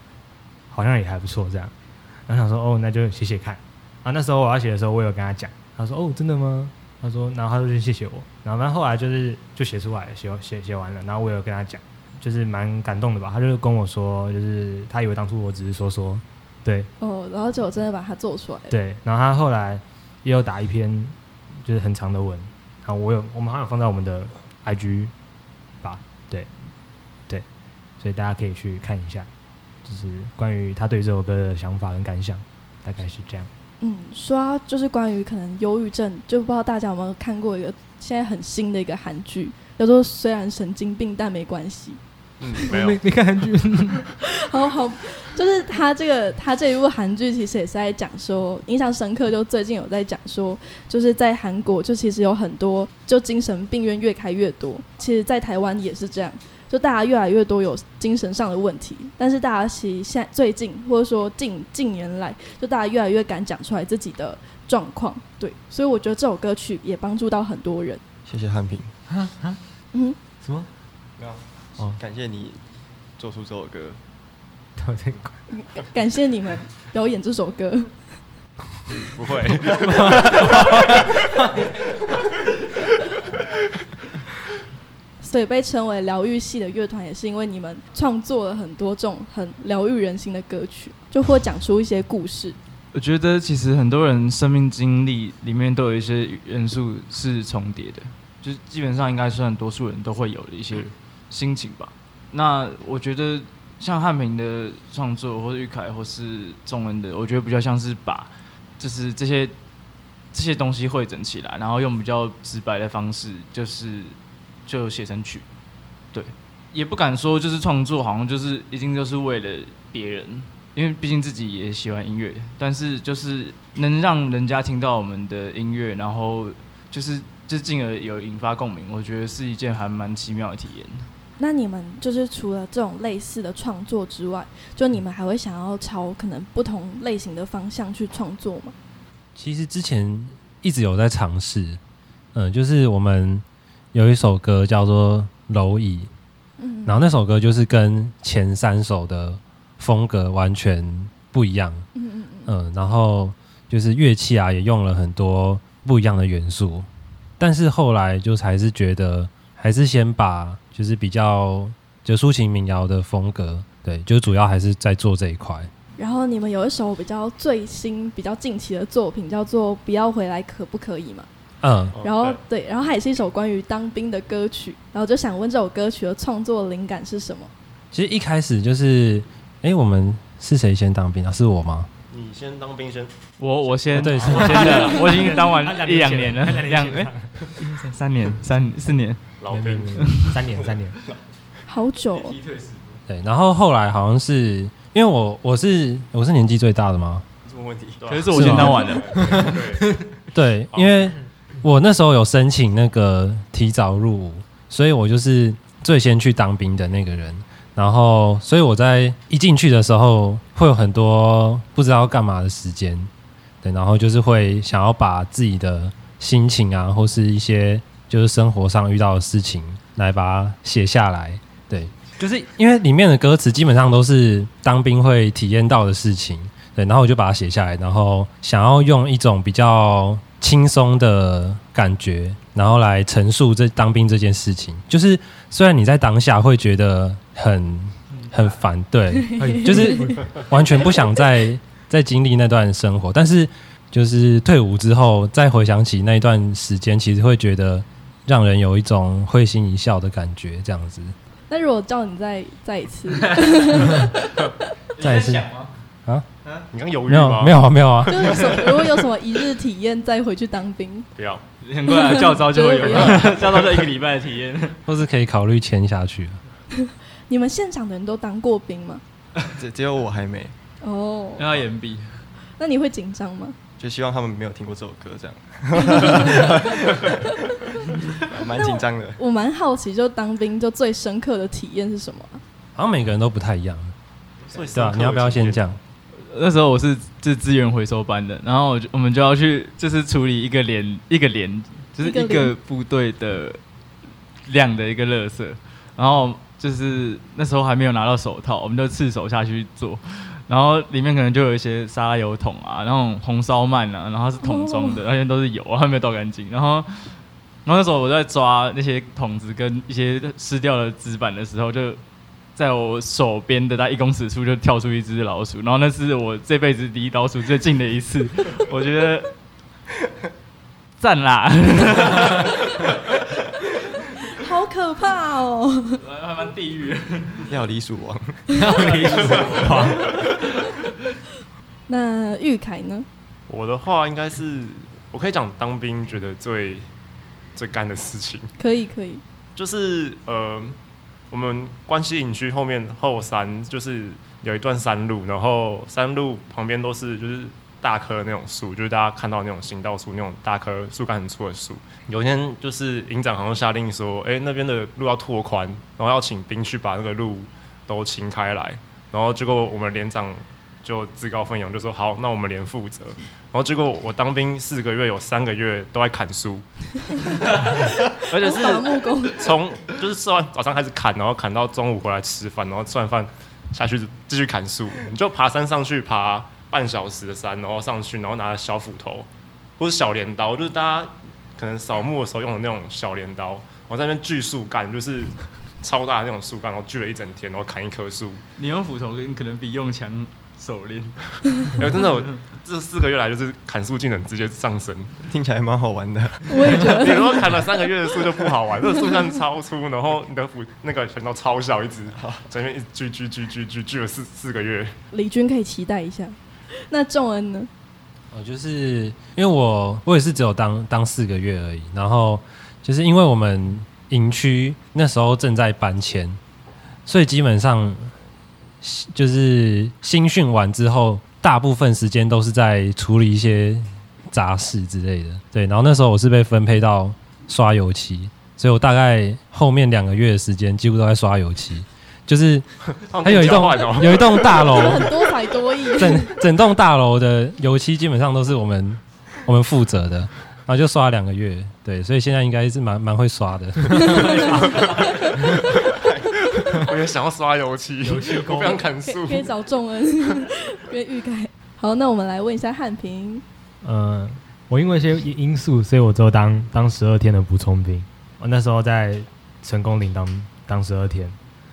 Speaker 4: 好像也还不错这样。然后想说，哦，那就写写看。啊，那时候我要写的时候，我有跟他讲，他说，哦，真的吗？他说，然后他就去谢谢我。然后反正后来就是就写出来，写写写完了，然后我有跟他讲，就是蛮感动的吧。他就跟我说，就是他以为当初我只是说说，对，
Speaker 2: 哦，然后就真的把它做出来了。
Speaker 4: 对，然后他后来也有打一篇就是很长的文，然后我有我们好像有放在我们的 IG 吧，对对，所以大家可以去看一下，就是关于他对于这首歌的想法跟感想，大概是这样。
Speaker 2: 嗯，说到就是关于可能忧郁症，就不知道大家有没有看过一个现在很新的一个韩剧，叫做《虽然神经病但没关系》。
Speaker 7: 嗯，没有，
Speaker 4: 你看韩剧，
Speaker 2: 好好，就是他这个他这一部韩剧其实也是在讲说，印象深刻就最近有在讲说，就是在韩国就其实有很多就精神病院越开越多，其实，在台湾也是这样，就大家越来越多有精神上的问题，但是大家其实现在最近或者说近近年来，就大家越来越敢讲出来自己的状况，对，所以我觉得这首歌曲也帮助到很多人，
Speaker 3: 谢谢汉平，
Speaker 2: 嗯，
Speaker 4: 什么？
Speaker 3: 没有，
Speaker 4: 哦
Speaker 3: 感谢你做出这首歌，
Speaker 4: 到底在管
Speaker 2: 感谢你们表演这首歌，
Speaker 7: 不会，
Speaker 2: 所以被称为疗愈系的乐团，也是因为你们创作了很多这种很疗愈人心的歌曲，就会讲出一些故事。
Speaker 6: 我觉得其实很多人生命经历里面都有一些元素是重叠的，就是基本上应该算多数人都会有的一些心情吧。那我觉得像汉平的创作，或者玉凯，或是中文的，我觉得比较像是把就是这些这些东西汇整起来，然后用比较直白的方式，就是就写成曲。对，也不敢说就是创作好像就是一定就是为了别人，因为毕竟自己也喜欢音乐，但是就是能让人家听到我们的音乐，然后就是就进而有引发共鸣，我觉得是一件还蛮奇妙的体验。
Speaker 2: 那你们就是除了这种类似的创作之外，就你们还会想要朝可能不同类型的方向去创作吗？
Speaker 5: 其实之前一直有在尝试，嗯、就是我们有一首歌叫做《蝼蚁》，
Speaker 2: 嗯，
Speaker 5: 然后那首歌就是跟前三首的风格完全不一样，
Speaker 2: 嗯嗯嗯，
Speaker 4: 呃
Speaker 5: 嗯，然后就是乐器啊，也用了很多不一样的元素，但是后来就是还是觉得，还是先把就是比较就抒情民谣的风格，对，就主要还是在做这一块。
Speaker 2: 然后后你们有一首比较最新、比较近期的作品，叫做《不要回来可不可以》嘛？
Speaker 4: 嗯，
Speaker 7: 哦
Speaker 2: 然后
Speaker 7: 对
Speaker 2: 对，然后它也是一首关于当兵的歌曲，然后就想问这首歌曲的创作灵感是什么？
Speaker 4: 其实一开始就是，哎、我们是谁先当兵啊？是我吗？
Speaker 7: 你先当兵先，
Speaker 6: 我我先，
Speaker 4: 对是
Speaker 6: 我先 的，我已经当完
Speaker 8: 他
Speaker 6: 一
Speaker 8: 两
Speaker 6: 两年
Speaker 8: 年
Speaker 6: 了
Speaker 8: 前，
Speaker 6: 两
Speaker 8: 他两年前
Speaker 6: 哎，三年三四年，
Speaker 7: 老
Speaker 8: 没有
Speaker 7: 兵
Speaker 8: 没有没有三年三年，
Speaker 2: 好久、哦，
Speaker 4: 对，然后后来好像是因为我我是我是年纪最大的吗？
Speaker 7: 什么问题？
Speaker 6: 啊可是是我先当完的，
Speaker 7: 对，
Speaker 4: 对，嗯因为我那时候有申请那个提早入伍，所以我就是最先去当兵的那个人。然后，所以我在一进去的时候，会有很多不知道干嘛的时间，对，然后就是会想要把自己的心情啊，或是一些就是生活上遇到的事情，来把它写下来。对，就是因为里面的歌词基本上都是当兵会体验到的事情，对，然后我就把它写下来，然后想要用一种比较轻松的感觉，然后来陈述这当兵这件事情。就是虽然你在当下会觉得很很烦， 对，就是完全不想 再再经历那段生活，但是就是退伍之后再回想起那一段时间，其实会觉得让人有一种会心一笑的感觉，这样子。
Speaker 2: 那如果叫你再再一次，
Speaker 4: 再一次
Speaker 7: 你刚犹豫
Speaker 4: 没有
Speaker 7: 吗？
Speaker 4: 没，有啊没有啊，
Speaker 2: 就是有什么如果有什么一日体验，再回去当兵，
Speaker 7: 不要。
Speaker 6: 很快 啊教招就会有
Speaker 2: 就是
Speaker 6: 了，教招就一个礼拜的体 验，
Speaker 4: 或是可以考虑签下去。啊
Speaker 2: 你们现场的人都当过兵吗？
Speaker 3: 只只有我还没，
Speaker 2: 哦，
Speaker 6: 让他演毕。
Speaker 2: 那你会紧张吗？
Speaker 3: 就希望他们没有听过这首歌，这样，蛮紧张的。
Speaker 2: 我蛮好奇，就当兵就最深刻的体验是什么啊、
Speaker 4: 好像每个人都不太一样，对啊，你要不要先？讲？
Speaker 6: 那时候我是是资源回收班的，然后我就我们就要去就是处理一个连一个连，就是一
Speaker 2: 一个
Speaker 6: 个
Speaker 2: 连
Speaker 6: 部队的量的一个垃圾，然后就是那时候还没有拿到手套，我们就赤手下去做，然后里面可能就有一些沙拉油桶啊，然后红烧鳗啊，然后是桶装的，
Speaker 2: 哦
Speaker 6: 那些都是油啊，还没有倒干净，然后。然后那时候我在抓那些桶子跟一些湿掉的纸板的时候，就在我手边的大概一公尺处就跳出一只老鼠，然后那是我这辈子离老鼠最近的一次，我觉得赞啦，
Speaker 2: 好可怕哦！
Speaker 6: 还蛮地狱的。
Speaker 3: 要有李鼠王，
Speaker 2: 那玉凯呢？
Speaker 7: 我的话应该是，我可以讲当兵觉得最最干的事情，
Speaker 2: 可以，可以，
Speaker 7: 就是呃，我们关西营区后面后山就是有一段山路，然后山路旁边都是就是大棵的那种树，就是大家看到那种行道树那种大棵树干很粗的树。有一天就是营长好像下令说，哎、那边的路要拓宽，然后要请兵去把那个路都清开来，然后结果我们连长。就自告奋勇就说好，那我们连负责。然后结果我当兵四个月，有三个月都在砍树，而且是
Speaker 2: 打木工，
Speaker 7: 从就是吃完早上开始砍，然后砍到中午回来吃饭，然后吃完饭下去继续砍树，你就爬山上去爬半小时的山，然后上去，然后拿着小斧头或者小镰刀，就是大家可能扫墓的时候用的那种小镰刀，然后在那边锯树干，就是超大的那种树干，然后锯了一整天，然后砍一棵树。
Speaker 6: 你用斧头可能比用枪手练，
Speaker 7: 哎、真的，我这四个月来就是砍树技能直接上升。
Speaker 3: 听起来蛮好玩的。
Speaker 2: 我也觉得
Speaker 7: 你如果砍了三个月的树就不好玩，这个树干超粗，然后你的斧那个拳头超小一只，整面一直锯锯锯锯锯锯了四四个月。
Speaker 2: 李军可以期待一下。那仲恩呢？
Speaker 4: 我哦就是因为我我也是只有当当四个月而已，然后就是因为我们营区那时候正在搬迁，所以基本上就是新训完之后，大部分时间都是在处理一些杂事之类的。对，然后那时候我是被分配到刷油漆，所以我大概后面两个月的时间几乎都在刷油漆，就是它有一栋
Speaker 7: 换哦，
Speaker 4: 有一栋大 楼
Speaker 2: 有。很多才多 艺，
Speaker 4: 整整栋大楼的油漆基本上都是我们我们负责的，然后就刷了两个月，对，所以现在应该是蛮蛮会刷的。
Speaker 7: 我也想要刷油 漆，油漆我不想砍
Speaker 2: 可以
Speaker 7: 树
Speaker 2: 可。以找仲恩 跟玉凯。好，那我们来问一下汉平，
Speaker 4: 呃
Speaker 8: 嗯，我因为一些因因素，所以我只有当当十二天的补充兵。我那时候在成功岭当当十二天，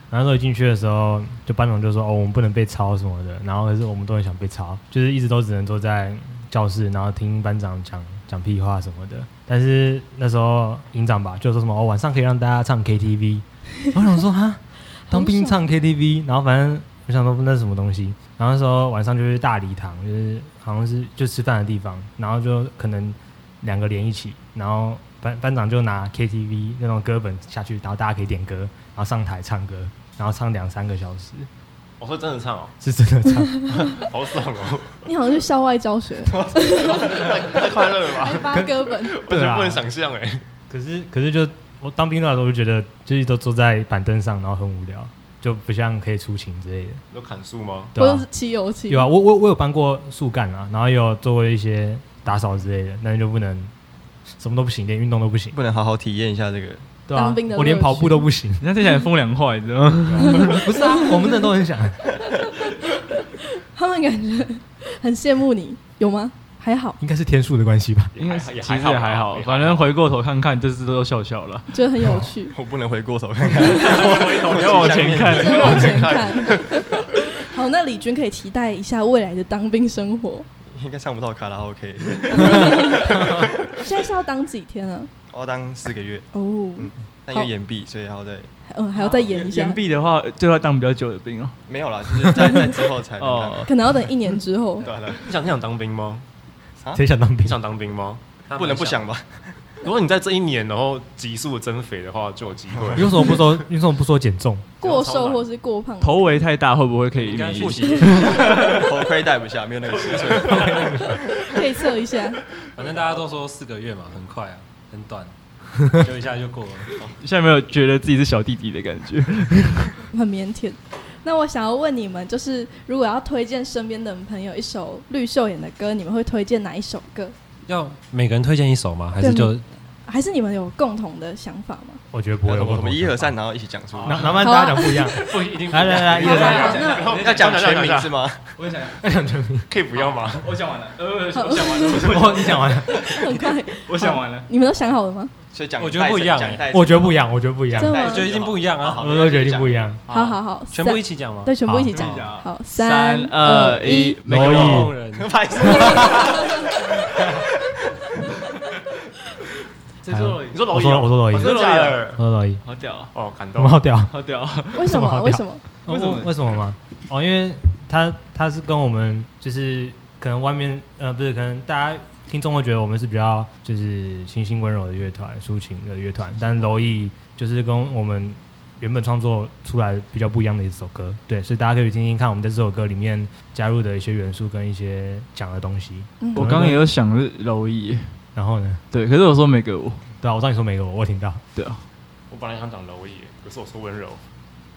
Speaker 4: 然后说一进去的时候，就班长就说：“哦，我们不能被抄什么的。”然后可是我们都很想被抄，就是一直都只能坐在教室，然后听班长讲讲屁话什么的。但是那时候营长吧，就说什么：“哦，晚上可以让大家唱 KTV。”我想说哈，
Speaker 2: 啊
Speaker 4: 当兵唱 KTV，然后反正我想说那是什么东西。然后那时候晚上就是大礼堂，就是好像是就吃饭的地方，然后就可能两个连一起，然后班班长就拿 KTV 那种歌本下去，然后大家可以点歌，然后上台唱歌，然后唱两三个小时，
Speaker 7: 我说真的唱哦，
Speaker 4: 是真 的唱。
Speaker 7: 好爽哦，
Speaker 2: 你好像去校外教 学，
Speaker 7: 太快乐了吧！
Speaker 2: 还发歌本，
Speaker 7: 完
Speaker 4: 对
Speaker 7: 全
Speaker 4: 啊
Speaker 7: 不能想象哎。
Speaker 4: 可是可是就我当兵的时候，我就觉得就是都坐在板凳上，然后很无聊，就不像可以出勤之类的。
Speaker 7: 有砍树吗？
Speaker 4: 对
Speaker 2: 或
Speaker 4: 啊
Speaker 2: 者是骑油漆，
Speaker 4: 有啊，我我我有搬过树干啊，然后也有做过一些打扫之类的，但是就不能什么都不行，连运动都不行，
Speaker 3: 不能好好体验一下这个。
Speaker 4: 对啊
Speaker 2: 当兵的，
Speaker 4: 我连
Speaker 2: 乐趣
Speaker 4: 跑步都 不行。
Speaker 6: 人家听起来很风凉话，你知道吗？
Speaker 4: 不是啊，我们真的都很想。
Speaker 2: 他们感觉很羡慕你，有吗？还好，
Speaker 4: 应该是天数的关系吧？
Speaker 6: 应该是
Speaker 7: 也
Speaker 6: 其
Speaker 7: 还
Speaker 6: 实
Speaker 7: 好
Speaker 6: 也还好，
Speaker 7: 也还好
Speaker 6: 反正回过头看看，这次都笑笑了。
Speaker 2: 觉得很有趣。
Speaker 3: 我不能回过头看看，
Speaker 6: 不要往前看，
Speaker 2: 真往前看。 好，那李军可以期待一下未来的当兵生活。
Speaker 3: 应该唱不到卡拉 OK。
Speaker 2: 现在是要当几天啊？
Speaker 3: 我要当四个月，
Speaker 2: 哦，
Speaker 3: 但因为延毕，所以还要再
Speaker 2: 嗯，还要再演一下
Speaker 6: 岩，壁的话，就要当比较久的兵哦。
Speaker 3: 没有啦，就是在在之后才能看
Speaker 6: 哦。
Speaker 2: 可能要等一年之 后。
Speaker 3: 对啊对啊，
Speaker 7: 你想你想当兵吗？
Speaker 3: 啊
Speaker 4: 谁想当
Speaker 7: 你
Speaker 4: 兵？
Speaker 7: 想当兵吗？
Speaker 3: 不能不想。吧？
Speaker 7: 如果你在这一年然后急速的增肥的话，就有机会。
Speaker 4: 你为什么不说？你为什么不说减重？
Speaker 2: 过瘦或是过胖，
Speaker 6: 头围太大会不会可以
Speaker 7: 应
Speaker 6: 一
Speaker 7: 该
Speaker 6: 米
Speaker 7: 复习
Speaker 6: 一？，
Speaker 3: 头盔戴不下，没有那个尺寸。
Speaker 2: 可以测一下。
Speaker 5: 反正大家都说四个月嘛，很快啊，很短，就一下就过了。
Speaker 6: 现在没有觉得自己是小弟弟的感觉。
Speaker 2: 很腼腆。那我想要问你们，就是如果要推荐身边的朋友一首绿秀眼的歌，你们会推荐哪一首歌？
Speaker 5: 要每个人推荐一首吗？还是
Speaker 2: 对
Speaker 5: 就
Speaker 2: 还是你们有共同的想法吗？
Speaker 4: 我觉得不会。
Speaker 3: 我们一二三，然后一起讲出来。
Speaker 4: 然后，然后大家讲不一样。
Speaker 7: 不一定
Speaker 4: 来来来，一二三，
Speaker 2: 好那
Speaker 3: 要讲全名是吗？
Speaker 6: 我 也想，
Speaker 7: 可以不要吗？
Speaker 6: 我讲完了， 呃，
Speaker 2: 好
Speaker 6: 我讲完了，
Speaker 4: 哦，你讲完了。
Speaker 2: 很快，
Speaker 6: 我讲完了。
Speaker 2: 你们都想好了吗？
Speaker 3: 所以讲，
Speaker 5: 我觉得不一样
Speaker 3: 讲带子
Speaker 4: 我觉得不一样，我觉得不一样
Speaker 2: 真，的
Speaker 3: 带
Speaker 2: 吗
Speaker 5: 我
Speaker 3: 子
Speaker 5: 觉得一定不一样啊
Speaker 3: 好，
Speaker 4: 我都觉得一定不一样。
Speaker 2: 好好好，
Speaker 5: 全部
Speaker 2: 三
Speaker 5: 一起讲吗？
Speaker 2: 对，全部一起
Speaker 6: 好
Speaker 2: 讲
Speaker 6: 一起讲。
Speaker 2: 好，呃
Speaker 6: 三
Speaker 2: 二
Speaker 6: 二一，
Speaker 4: 没
Speaker 6: 没
Speaker 4: 有
Speaker 6: 有
Speaker 5: 梦人，
Speaker 3: 拍手。
Speaker 6: 这是我
Speaker 7: 你说
Speaker 4: 我
Speaker 7: 罗毅
Speaker 4: 说我
Speaker 7: 哦，
Speaker 4: 说罗伊，
Speaker 6: 我
Speaker 4: 我
Speaker 6: 说
Speaker 7: 真的假的？
Speaker 4: 说罗伊，
Speaker 6: 好屌啊，
Speaker 7: 哦，感
Speaker 4: 我
Speaker 7: 动
Speaker 4: 们。好屌。
Speaker 6: 好屌啊！
Speaker 2: 为什么啊？为什么？
Speaker 4: 哦
Speaker 6: 为什么
Speaker 4: 为什么吗？哦，因为他他是跟我们就是可能外面呃不是，可能大家听众会觉得我们是比较就是清新温柔的乐团、抒情的乐团，但柔艺就是跟我们原本创作出来比较不一样的一首歌，对，所以大家可以听听看我们在这首歌里面加入的一些元素跟一些讲的东西。
Speaker 2: 嗯
Speaker 6: 我刚刚也有想是柔毅，
Speaker 4: 然后呢，
Speaker 6: 对，可是我说没给我，
Speaker 4: 对啊，我知道你说没有，我 听到，
Speaker 6: 对啊，
Speaker 7: 我本来想讲蝼蚁，可是我说温柔。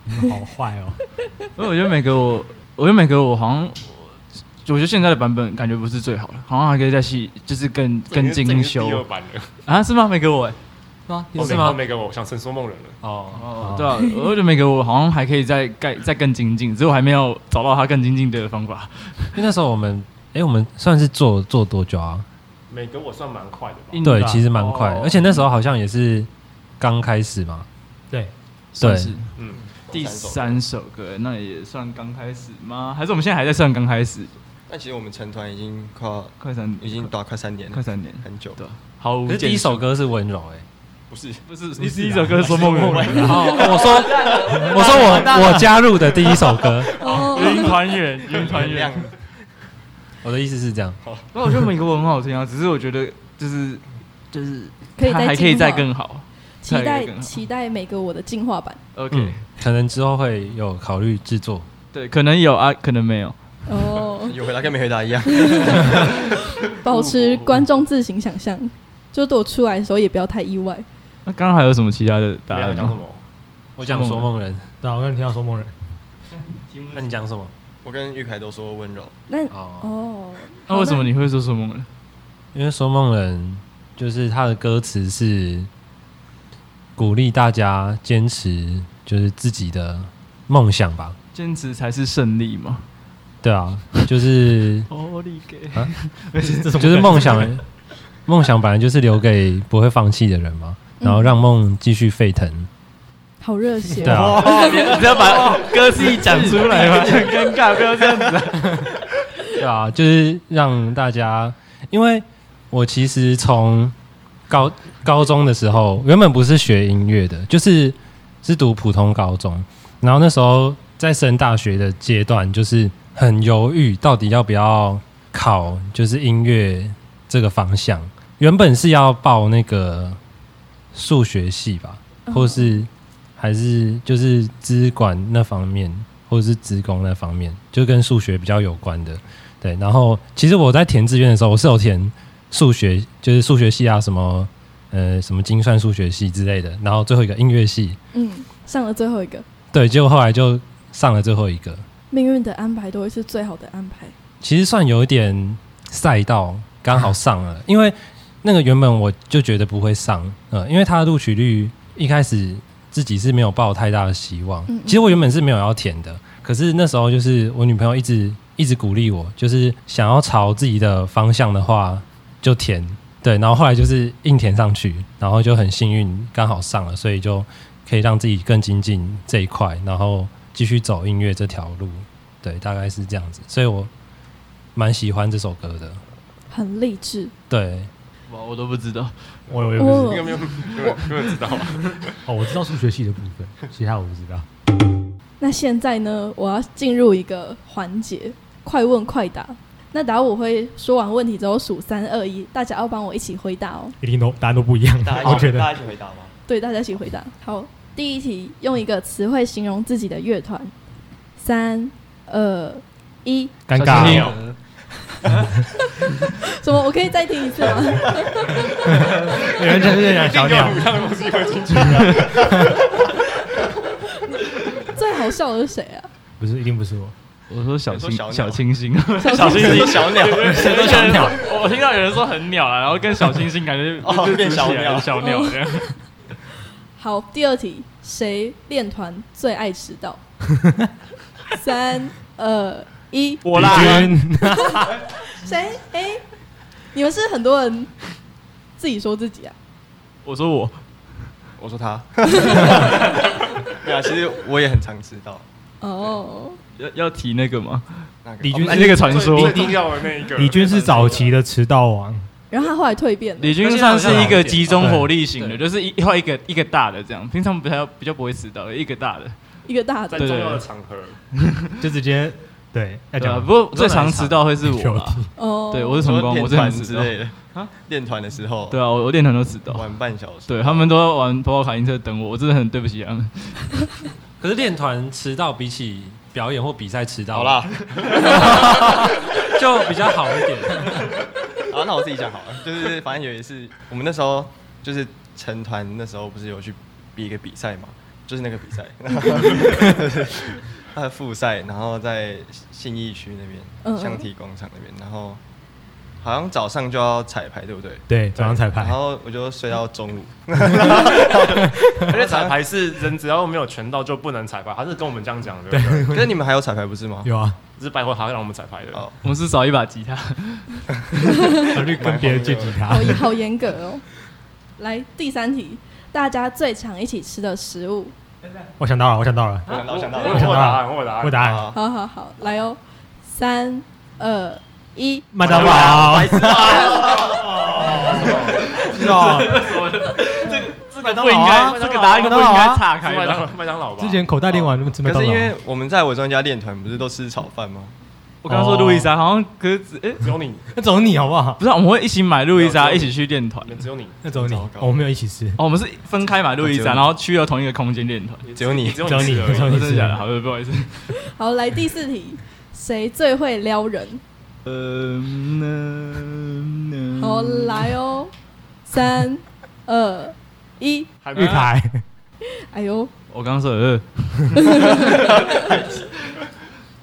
Speaker 4: 你们好坏哦，
Speaker 6: 因为我觉得每个我，我觉得每个我好像，我觉得现在的版本感觉不是最好的，好像还可以再细，就是更更精
Speaker 7: 这已经是第二
Speaker 6: 修
Speaker 7: 版了，
Speaker 6: 啊？是吗？没给我欸，
Speaker 5: 是吗？
Speaker 7: 我
Speaker 5: 是
Speaker 7: 没我
Speaker 5: 吗？
Speaker 7: 没给我想成说梦人了。
Speaker 5: 哦，
Speaker 6: 哦，对啊，我觉得每个我好像还可以再盖再更精进，只是我还没有找到它更精进的方法。
Speaker 5: 因为那时候我们，哎，我们算是做做多久啊？
Speaker 7: 每个我算蛮快的吧，
Speaker 5: 对，其实蛮快的，
Speaker 6: 哦
Speaker 5: 而且那时候好像也是刚开始嘛。
Speaker 4: 对，
Speaker 5: 对
Speaker 6: 算，是
Speaker 7: 嗯，
Speaker 6: 第三首歌，那也算刚开始吗？还是我们现在还在算刚开始？
Speaker 3: 但其实我们成团已经快要
Speaker 6: 快三，
Speaker 3: 已经打快三年了，
Speaker 6: 快三年，
Speaker 3: 很久。
Speaker 6: 对啊，毫无
Speaker 5: 可是
Speaker 6: 建树。
Speaker 5: 第一首啊歌是温柔哎、
Speaker 3: 不是，
Speaker 6: 不是，你第一首歌是说 梦人，
Speaker 5: 然后哦我说 我说我我加入的第一首歌，
Speaker 2: 哦，
Speaker 6: 云 团圆，云团
Speaker 3: 原
Speaker 6: 圆
Speaker 3: 谅。
Speaker 5: 我的意思是这样，
Speaker 6: 那我觉得美国文很好听啊，只是我觉得就是就是
Speaker 2: 可以
Speaker 6: 它
Speaker 2: 再
Speaker 6: 还可以
Speaker 2: 进化
Speaker 6: 再更好。
Speaker 2: 期
Speaker 6: 再
Speaker 2: 待
Speaker 6: 更好
Speaker 2: 期待每个我的进化版
Speaker 6: OK，
Speaker 5: 嗯，可能之后会有考虑制作。
Speaker 6: 对，可能有啊，可能没有。
Speaker 2: 哦，
Speaker 3: 有回答跟没回答一样。
Speaker 2: 保持观众自行想象。就对我出来的时候也不要太意外，
Speaker 6: 那刚刚还有什么其他的答
Speaker 7: 大家
Speaker 6: 案
Speaker 7: 讲什
Speaker 6: 吗？
Speaker 7: 么？
Speaker 5: 我讲说梦人
Speaker 4: 对啊，我刚才听到说梦人，
Speaker 5: 那你讲什么？
Speaker 3: 我跟玉凯都说温柔，
Speaker 2: 那
Speaker 5: 哦，
Speaker 2: 哦，
Speaker 6: 那为什么你会说说梦人？
Speaker 5: 因为说梦人就是他的歌词是鼓励大家坚持，就是自己的梦想吧。
Speaker 6: 坚持才是胜利嘛。
Speaker 5: 对啊，就是
Speaker 6: 哦，你给
Speaker 5: 就是梦想，梦想本来就是留给不会放弃的人嘛，然后让梦继续沸腾。
Speaker 2: 好热血
Speaker 4: 对
Speaker 2: 哦、
Speaker 4: 啊，
Speaker 6: 你只要把歌词讲出来吗？ 很尴尬，不要这样子。
Speaker 4: 对啊，就是让大家，因为我其实从高高中的时候，原本不是学音乐的，就是是读普通高中，然后那时候在升大学的阶段，就是很犹豫，到底要不要考就是音乐这个方向。原本是要报那个数学系吧，或是还是就是资管那方面，或者是职工那方面，就跟数学比较有关的。对，然后其实我在填志愿的时候，我是有填数学，就是数学系啊，什么呃什么精算数学系之类的，然后最后一个音乐系，
Speaker 2: 嗯，上了最后一个，
Speaker 4: 对，结果后来就上了最后一个，
Speaker 2: 命运的安排都会是最好的安排。
Speaker 4: 其实算有一点赛道刚好上了，因为那个原本我就觉得不会上，呃，因为它的录取率一开始自己是没有抱太大的希望，
Speaker 2: 嗯嗯
Speaker 4: 其实我原本是没有要填的，可是那时候就是我女朋友一直一直鼓励我，就是想要朝自己的方向的话就填，对，然后后来就是硬填上去，然后就很幸运刚好上了，所以就可以让自己更精进这一块，然后继续走音乐这条路。对，大概是这样子，所以我蛮喜欢这首歌的。
Speaker 2: 很励志，
Speaker 4: 对，
Speaker 6: 哇，我都不知道。
Speaker 9: 我我也
Speaker 4: 啊
Speaker 9: 不知
Speaker 2: 哦
Speaker 7: 应该没有，没有没有人知道吧？
Speaker 9: 哦，我知道数学系的部分，其他我不知道。
Speaker 2: 那现在呢，我要进入一个环节，快问快答。那答我会说完问题之后数三二一，大家要帮我一起回答哦。
Speaker 9: 一定都答案都不一样，
Speaker 3: 大家
Speaker 4: 哦
Speaker 9: 我
Speaker 3: 一起
Speaker 9: 觉得
Speaker 3: 大家一起回答吗？
Speaker 2: 对，大家一起回答。好，第一题，用一个词汇形容自己的乐团。三二一，
Speaker 9: 尴
Speaker 7: 小心
Speaker 9: 尬
Speaker 7: 你
Speaker 9: 哦。
Speaker 7: 哦
Speaker 2: 什么？我可以再听一次吗？
Speaker 9: 有人真是讲小鸟，
Speaker 2: 最好笑的是谁啊？
Speaker 9: 不是一定不是我。
Speaker 6: 我说小清
Speaker 3: 你说小鸟
Speaker 6: 小清新，
Speaker 3: 小心
Speaker 6: 心
Speaker 3: 是小鸟，
Speaker 6: 谁都小鸟。我听到有人说很鸟啊，然后跟小清新感觉
Speaker 3: 哦
Speaker 6: 就
Speaker 3: 变小鸟哦
Speaker 6: 小鸟这样。
Speaker 2: 好，第二题，谁练团最爱迟到？三二一，
Speaker 6: 我啦
Speaker 9: 君
Speaker 2: 谁？哎、你们是很多人自己说自己啊？
Speaker 6: 我说我，
Speaker 3: 我说他。对啊，其实我也很常知道
Speaker 2: 哦、
Speaker 6: 要要提那个吗？
Speaker 3: 那个。
Speaker 9: 李
Speaker 3: 哦
Speaker 9: 军
Speaker 6: 哎
Speaker 9: 是
Speaker 6: 那个传说
Speaker 7: 最，重要的那一个，
Speaker 9: 李军是早期的迟到王，
Speaker 2: 然后他后来蜕变了。
Speaker 6: 李军算是一个集中火力型的，就是一后一个一个大的这样，平常比较比较不会迟到，一个大的。
Speaker 2: 一个大
Speaker 7: 在
Speaker 2: 的，
Speaker 7: 重要的场合，
Speaker 9: 就直接对要
Speaker 6: 对啊，
Speaker 9: 讲。
Speaker 6: 不过最常迟到会是我啦。
Speaker 2: 哦，
Speaker 6: 对，我是成
Speaker 3: 说
Speaker 6: 功，
Speaker 3: 练
Speaker 6: 我最常
Speaker 3: 团
Speaker 6: 迟
Speaker 3: 之
Speaker 6: 到。
Speaker 3: 类的啊，练团的时候，
Speaker 6: 对啊，我我练团都迟到。
Speaker 3: 晚半小时。
Speaker 6: 对他们都要玩跑跑卡丁车等我，我真的很对不起他们。
Speaker 4: 可是练团迟到比起表演或比赛迟到，
Speaker 3: 好啦，，
Speaker 4: 就比较好一点。
Speaker 3: 好，那我自己讲好了，就是反正有一次，我们那时候就是成团那时候不是有去比一个比赛嘛，就是那个比 赛，他的复赛，然后在信义区那
Speaker 2: 嗯
Speaker 3: 边，香体广场那边，然后好像早上就要彩排，对不对？
Speaker 9: 对，早上彩排
Speaker 3: 然，后我就睡到中 午，
Speaker 7: 而且彩排是人只要没有全到就不能彩排，他是跟我们这样讲的，对不对，
Speaker 3: 可是你们还有彩排不是吗？
Speaker 9: 有啊，
Speaker 7: 是拜会他让我们彩排的。
Speaker 3: 哦，
Speaker 6: 我们是少一把吉他，
Speaker 9: 然后就跟别人借吉他
Speaker 2: 好。好严格哦。来第三题，大家最常一起吃的食物。
Speaker 9: 我想到了，我想到了，
Speaker 3: 我想到，我想到
Speaker 7: 我
Speaker 3: 了，
Speaker 7: 有答案，我有答案，
Speaker 9: 我答案
Speaker 3: 啊，
Speaker 2: 好好好，来哦，三二一，
Speaker 9: 麦当劳。 是哦，
Speaker 6: 这个不应该，这个答案不应该岔开
Speaker 7: 是麦当劳
Speaker 6: 吧。
Speaker 7: 麦当劳吧。
Speaker 9: 之前口袋练完那么吃麦
Speaker 3: 可
Speaker 9: 当
Speaker 3: 是
Speaker 9: 劳
Speaker 3: 因，为我们在伪装家练团不是都吃炒饭吗？
Speaker 6: 我刚刚说路易莎，好像可是只哎，
Speaker 7: 只有你，
Speaker 9: 那走你好不好？
Speaker 6: 不是啊，我们会一起买路易莎，
Speaker 7: 没有
Speaker 6: 一起去练团
Speaker 7: 你。们只有你，
Speaker 9: 那走你，
Speaker 3: 糟
Speaker 9: 哦
Speaker 3: 糕
Speaker 9: 我们没有一起吃，
Speaker 6: 哦，我们是分开买路易
Speaker 3: 我只
Speaker 6: 莎，
Speaker 3: 有
Speaker 6: 然后去了同一个空间练团。
Speaker 3: 只有你
Speaker 7: 只
Speaker 9: 只有你，
Speaker 7: 你吃而
Speaker 9: 只
Speaker 7: 已，
Speaker 9: 有
Speaker 6: 真
Speaker 9: 你
Speaker 6: 的假的？好
Speaker 9: 吃。
Speaker 6: 的，不好意思。
Speaker 2: 好，来第四题，谁最会撩人？
Speaker 6: 嗯，
Speaker 2: 好，来哦，三二一，
Speaker 7: 还没
Speaker 9: 玉凯，
Speaker 2: 哎呦，
Speaker 6: 我刚刚说呃，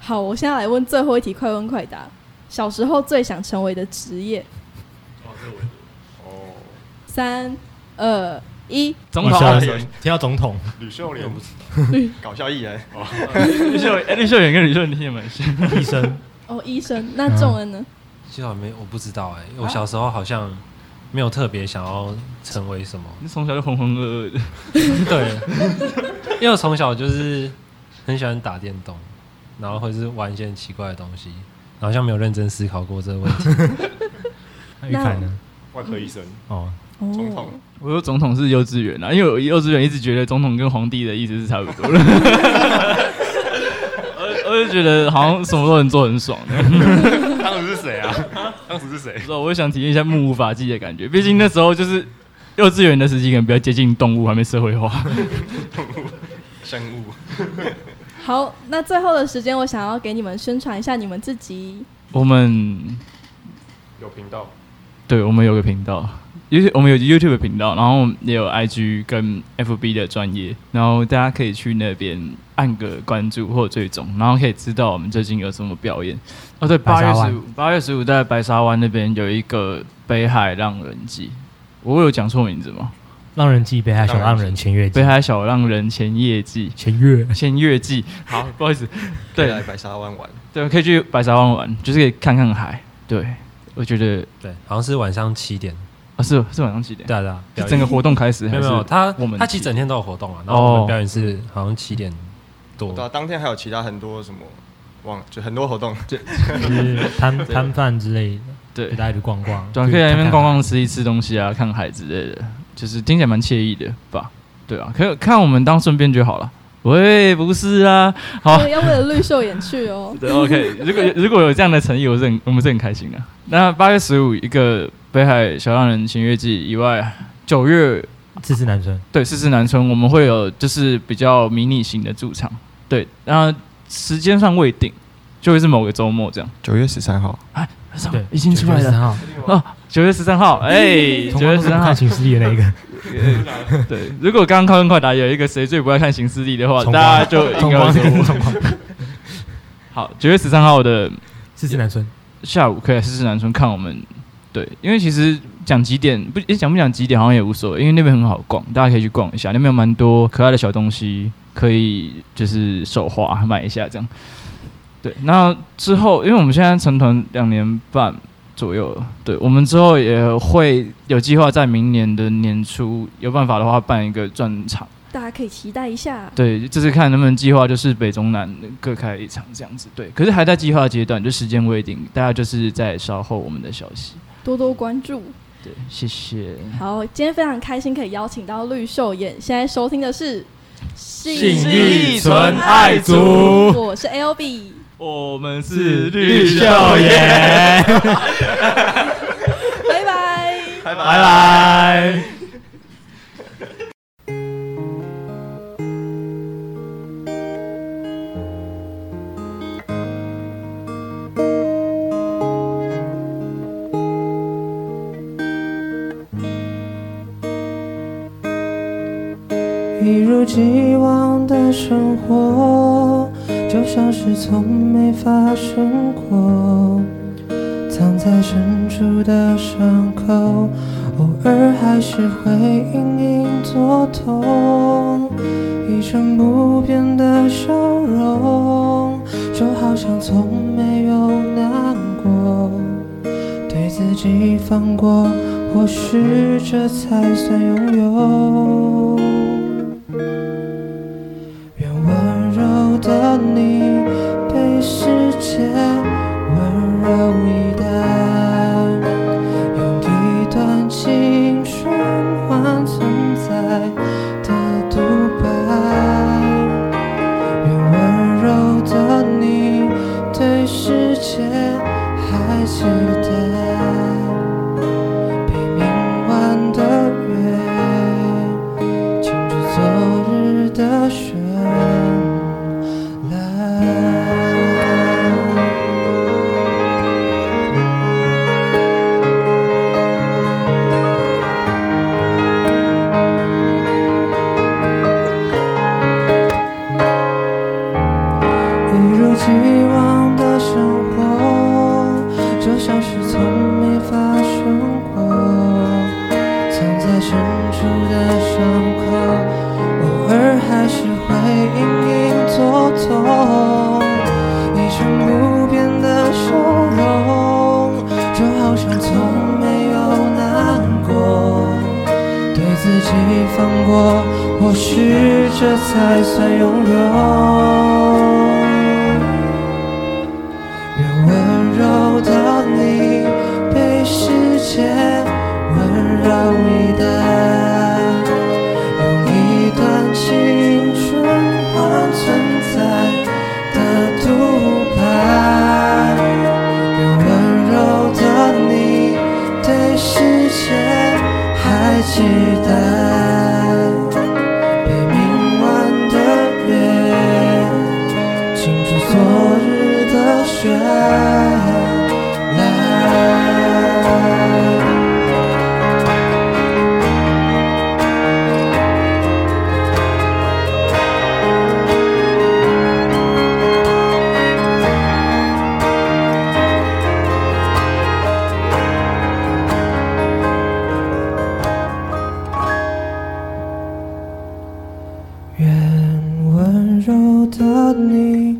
Speaker 2: 好，我现在来问最后一题，快问快答。小时候最想成为的职业？
Speaker 7: 哦，
Speaker 2: 三二一，
Speaker 6: 总
Speaker 9: 哇
Speaker 6: 统
Speaker 9: 塞
Speaker 6: 啊
Speaker 3: 小人
Speaker 9: 听到总统，
Speaker 7: 吕秀莲，
Speaker 3: 搞笑艺人，
Speaker 6: 吕秀哎，吕秀妍跟吕秀玲也蛮 像。
Speaker 9: 医生，
Speaker 2: 哦，医生。那仲恩呢？
Speaker 4: 其实我没我不知道哎、
Speaker 5: 欸
Speaker 4: 我小时候好像没 有特别想要成为什么。
Speaker 6: 你从小就浑浑噩噩的，
Speaker 4: 对，
Speaker 5: 因为我从小就是很喜欢打电动，然后或者是玩一些很奇怪的东西，然后好像没有认真思考过这个问 题。
Speaker 4: 那玉凯呢？
Speaker 7: 外科医生，
Speaker 4: 哦，
Speaker 7: 总
Speaker 2: 哦
Speaker 7: 统，
Speaker 6: 我说总统是幼稚园啊，因为我幼稚园一直觉得总统跟皇帝的意思是差不多 的，我我就觉得好像什么都能做很爽的。
Speaker 7: 当时是谁啊？当时是谁
Speaker 6: 不？知道，我也想体验一下目无法纪的感觉，毕竟那时候就是幼稚园的时期，可能比较接近动物，还没社会化。
Speaker 7: 生物。
Speaker 2: 好，那最后的时间，我想要给你们宣传一下你们自己。
Speaker 6: 我们
Speaker 7: 有频道，
Speaker 6: 对，我们有个频道，YouTube，我们有 YouTube 的频道，然后也有 IG 跟 FB 的专业，然后大家可以去那边按个关注或追踪，然后可以知道我们最近有什么表演。哦，对，
Speaker 4: 白沙
Speaker 6: 八月
Speaker 4: 湾
Speaker 6: 十五，八月十五在白沙湾那边有一个北海浪人祭，我有讲错名字吗？
Speaker 4: 浪人记北海小浪
Speaker 7: 浪
Speaker 4: 人
Speaker 7: 人
Speaker 4: 前月记
Speaker 6: 北海小浪人前夜 祭。
Speaker 4: 前 月
Speaker 6: 前月祭，好，不好意思，
Speaker 3: 可以
Speaker 6: 对
Speaker 3: 来，白沙湾玩，
Speaker 6: 对，可以去白沙湾玩，就是可以看看海。对，我觉得
Speaker 5: 对，好像是晚上七点。
Speaker 6: 啊，是是晚上几点？
Speaker 5: 对啊对啊，
Speaker 6: 是整个活动开始
Speaker 5: 没
Speaker 6: 还
Speaker 5: 有
Speaker 6: 是
Speaker 5: 没有，他
Speaker 6: 我们
Speaker 5: 他其实整天都有活动啊。然后我们
Speaker 6: 哦
Speaker 5: 表演是好像七点多
Speaker 3: 对、，啊，当天还有其他很多什么忘了，就很多活动，
Speaker 4: 就是摊摊贩之类的，
Speaker 6: 对
Speaker 4: 给大家去逛逛，
Speaker 6: 对啊，可以来那边逛逛、吃一吃东西啊，看海之类的，就是听起来蛮惬意的吧？对啊，可以看我们当顺便就好了。喂，不是 啊，好。
Speaker 2: 我，要为了绿秀眼去哦
Speaker 6: 对，OK，如 果有如果有这样的诚意，我是很我们是很开心的。那八月十五，一个北海小浪人情乐季以外，九月
Speaker 4: 吃吃男生。
Speaker 6: 对，四四南村我们会有就是比较迷你型的驻场，对，然后时间上未定，就会是某个周末这样。
Speaker 3: 九月十三号，
Speaker 4: 对，
Speaker 6: 已经出来 了
Speaker 4: 了。
Speaker 6: 哦，九月十三号，哎、
Speaker 4: 嗯同
Speaker 6: 九
Speaker 4: 学
Speaker 6: 月
Speaker 4: 是
Speaker 6: 十三号
Speaker 4: 看， 寝室里的那一 个，
Speaker 6: 对。如果刚刚快问快答有一个谁最不爱看行事历的话，
Speaker 4: 重
Speaker 6: 大家
Speaker 4: 光
Speaker 6: 就应
Speaker 4: 同
Speaker 6: 该
Speaker 4: 光
Speaker 6: 会
Speaker 4: 是
Speaker 6: 说
Speaker 4: 跟
Speaker 6: 我。
Speaker 4: 同光，
Speaker 6: 好，九月十三号的
Speaker 4: 是是男生，
Speaker 6: 下午可以来四四南村看我们，对，因为其实讲几点不诶讲不讲几点好像也无所谓，因为那边很好逛，大家可以去逛一下，那边有蛮多可爱的小东西，可以就是手画买一下这样。对，那之后因为我们现在成团两年半左右了，对我们之后也会有计划在明年的年初有办法的话办一个专场，
Speaker 2: 大家可以期待一下。
Speaker 6: 对，这次看能不能计划就是北中南各开一场这样子，对，可是还在计划阶段，就时间未定，大家就是在稍后我们的消息。
Speaker 2: 多多关注。
Speaker 6: 对，谢谢。
Speaker 2: 好，今天非常开心可以邀请到绿秀眼，现在收听的是信
Speaker 6: 义纯爱组
Speaker 2: 我是 L B。
Speaker 6: 我们是绿笑颜，
Speaker 2: 拜拜。
Speaker 6: 拜拜。
Speaker 10: 一如既往的生活，就像是从没发生过。藏在深处的伤口，偶尔还是会隐隐作痛。一成不变的笑容，就好像从没有难过。对自己放过，或许这才算拥有。愿温柔的你被世界温柔以待，用一段青春换存在的独白。愿温柔的你对世界还期待，被明晚的月。牵着昨日的绚烂。一如既往的生活，就像是从没发生过。藏在深处的伤口，偶尔还是会隐隐作痛。一成不变的笑容，就好像从没有难过。对自己放过，或或许这才算拥有。愿温柔到你被世界温柔以待，用一段青春换存在的独白。愿温柔的你对世界还期待，被明晚的月。清除昨日的绚烂。愿温柔的你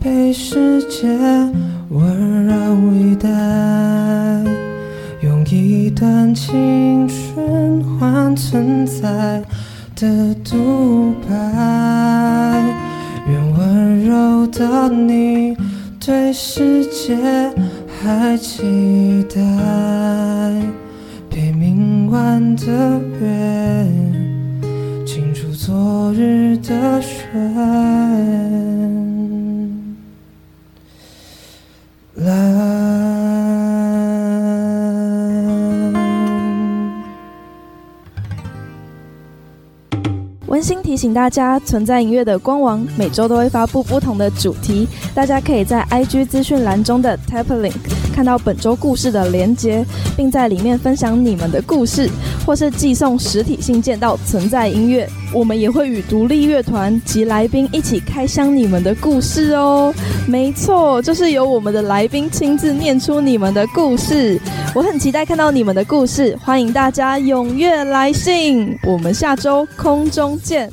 Speaker 10: 被世界温柔以待，用一段青春换存在的独白。愿温柔的你对世界还期待，被明晚的月。清除昨日的绚烂。
Speaker 2: 温馨提醒大家，存在音乐的官网每周都会发布不同的主题，大家可以在 IG 资讯栏中的 Tap Link 看到本周故事的连接，并在里面分享你们的故事，或是寄送实体信件到存在音乐。我们也会与独立乐团及来宾一起开箱你们的故事哦。没错，就是由我们的来宾亲自念出你们的故事。我很期待看到你们的故事，欢迎大家踊跃来信。我们下周空中见。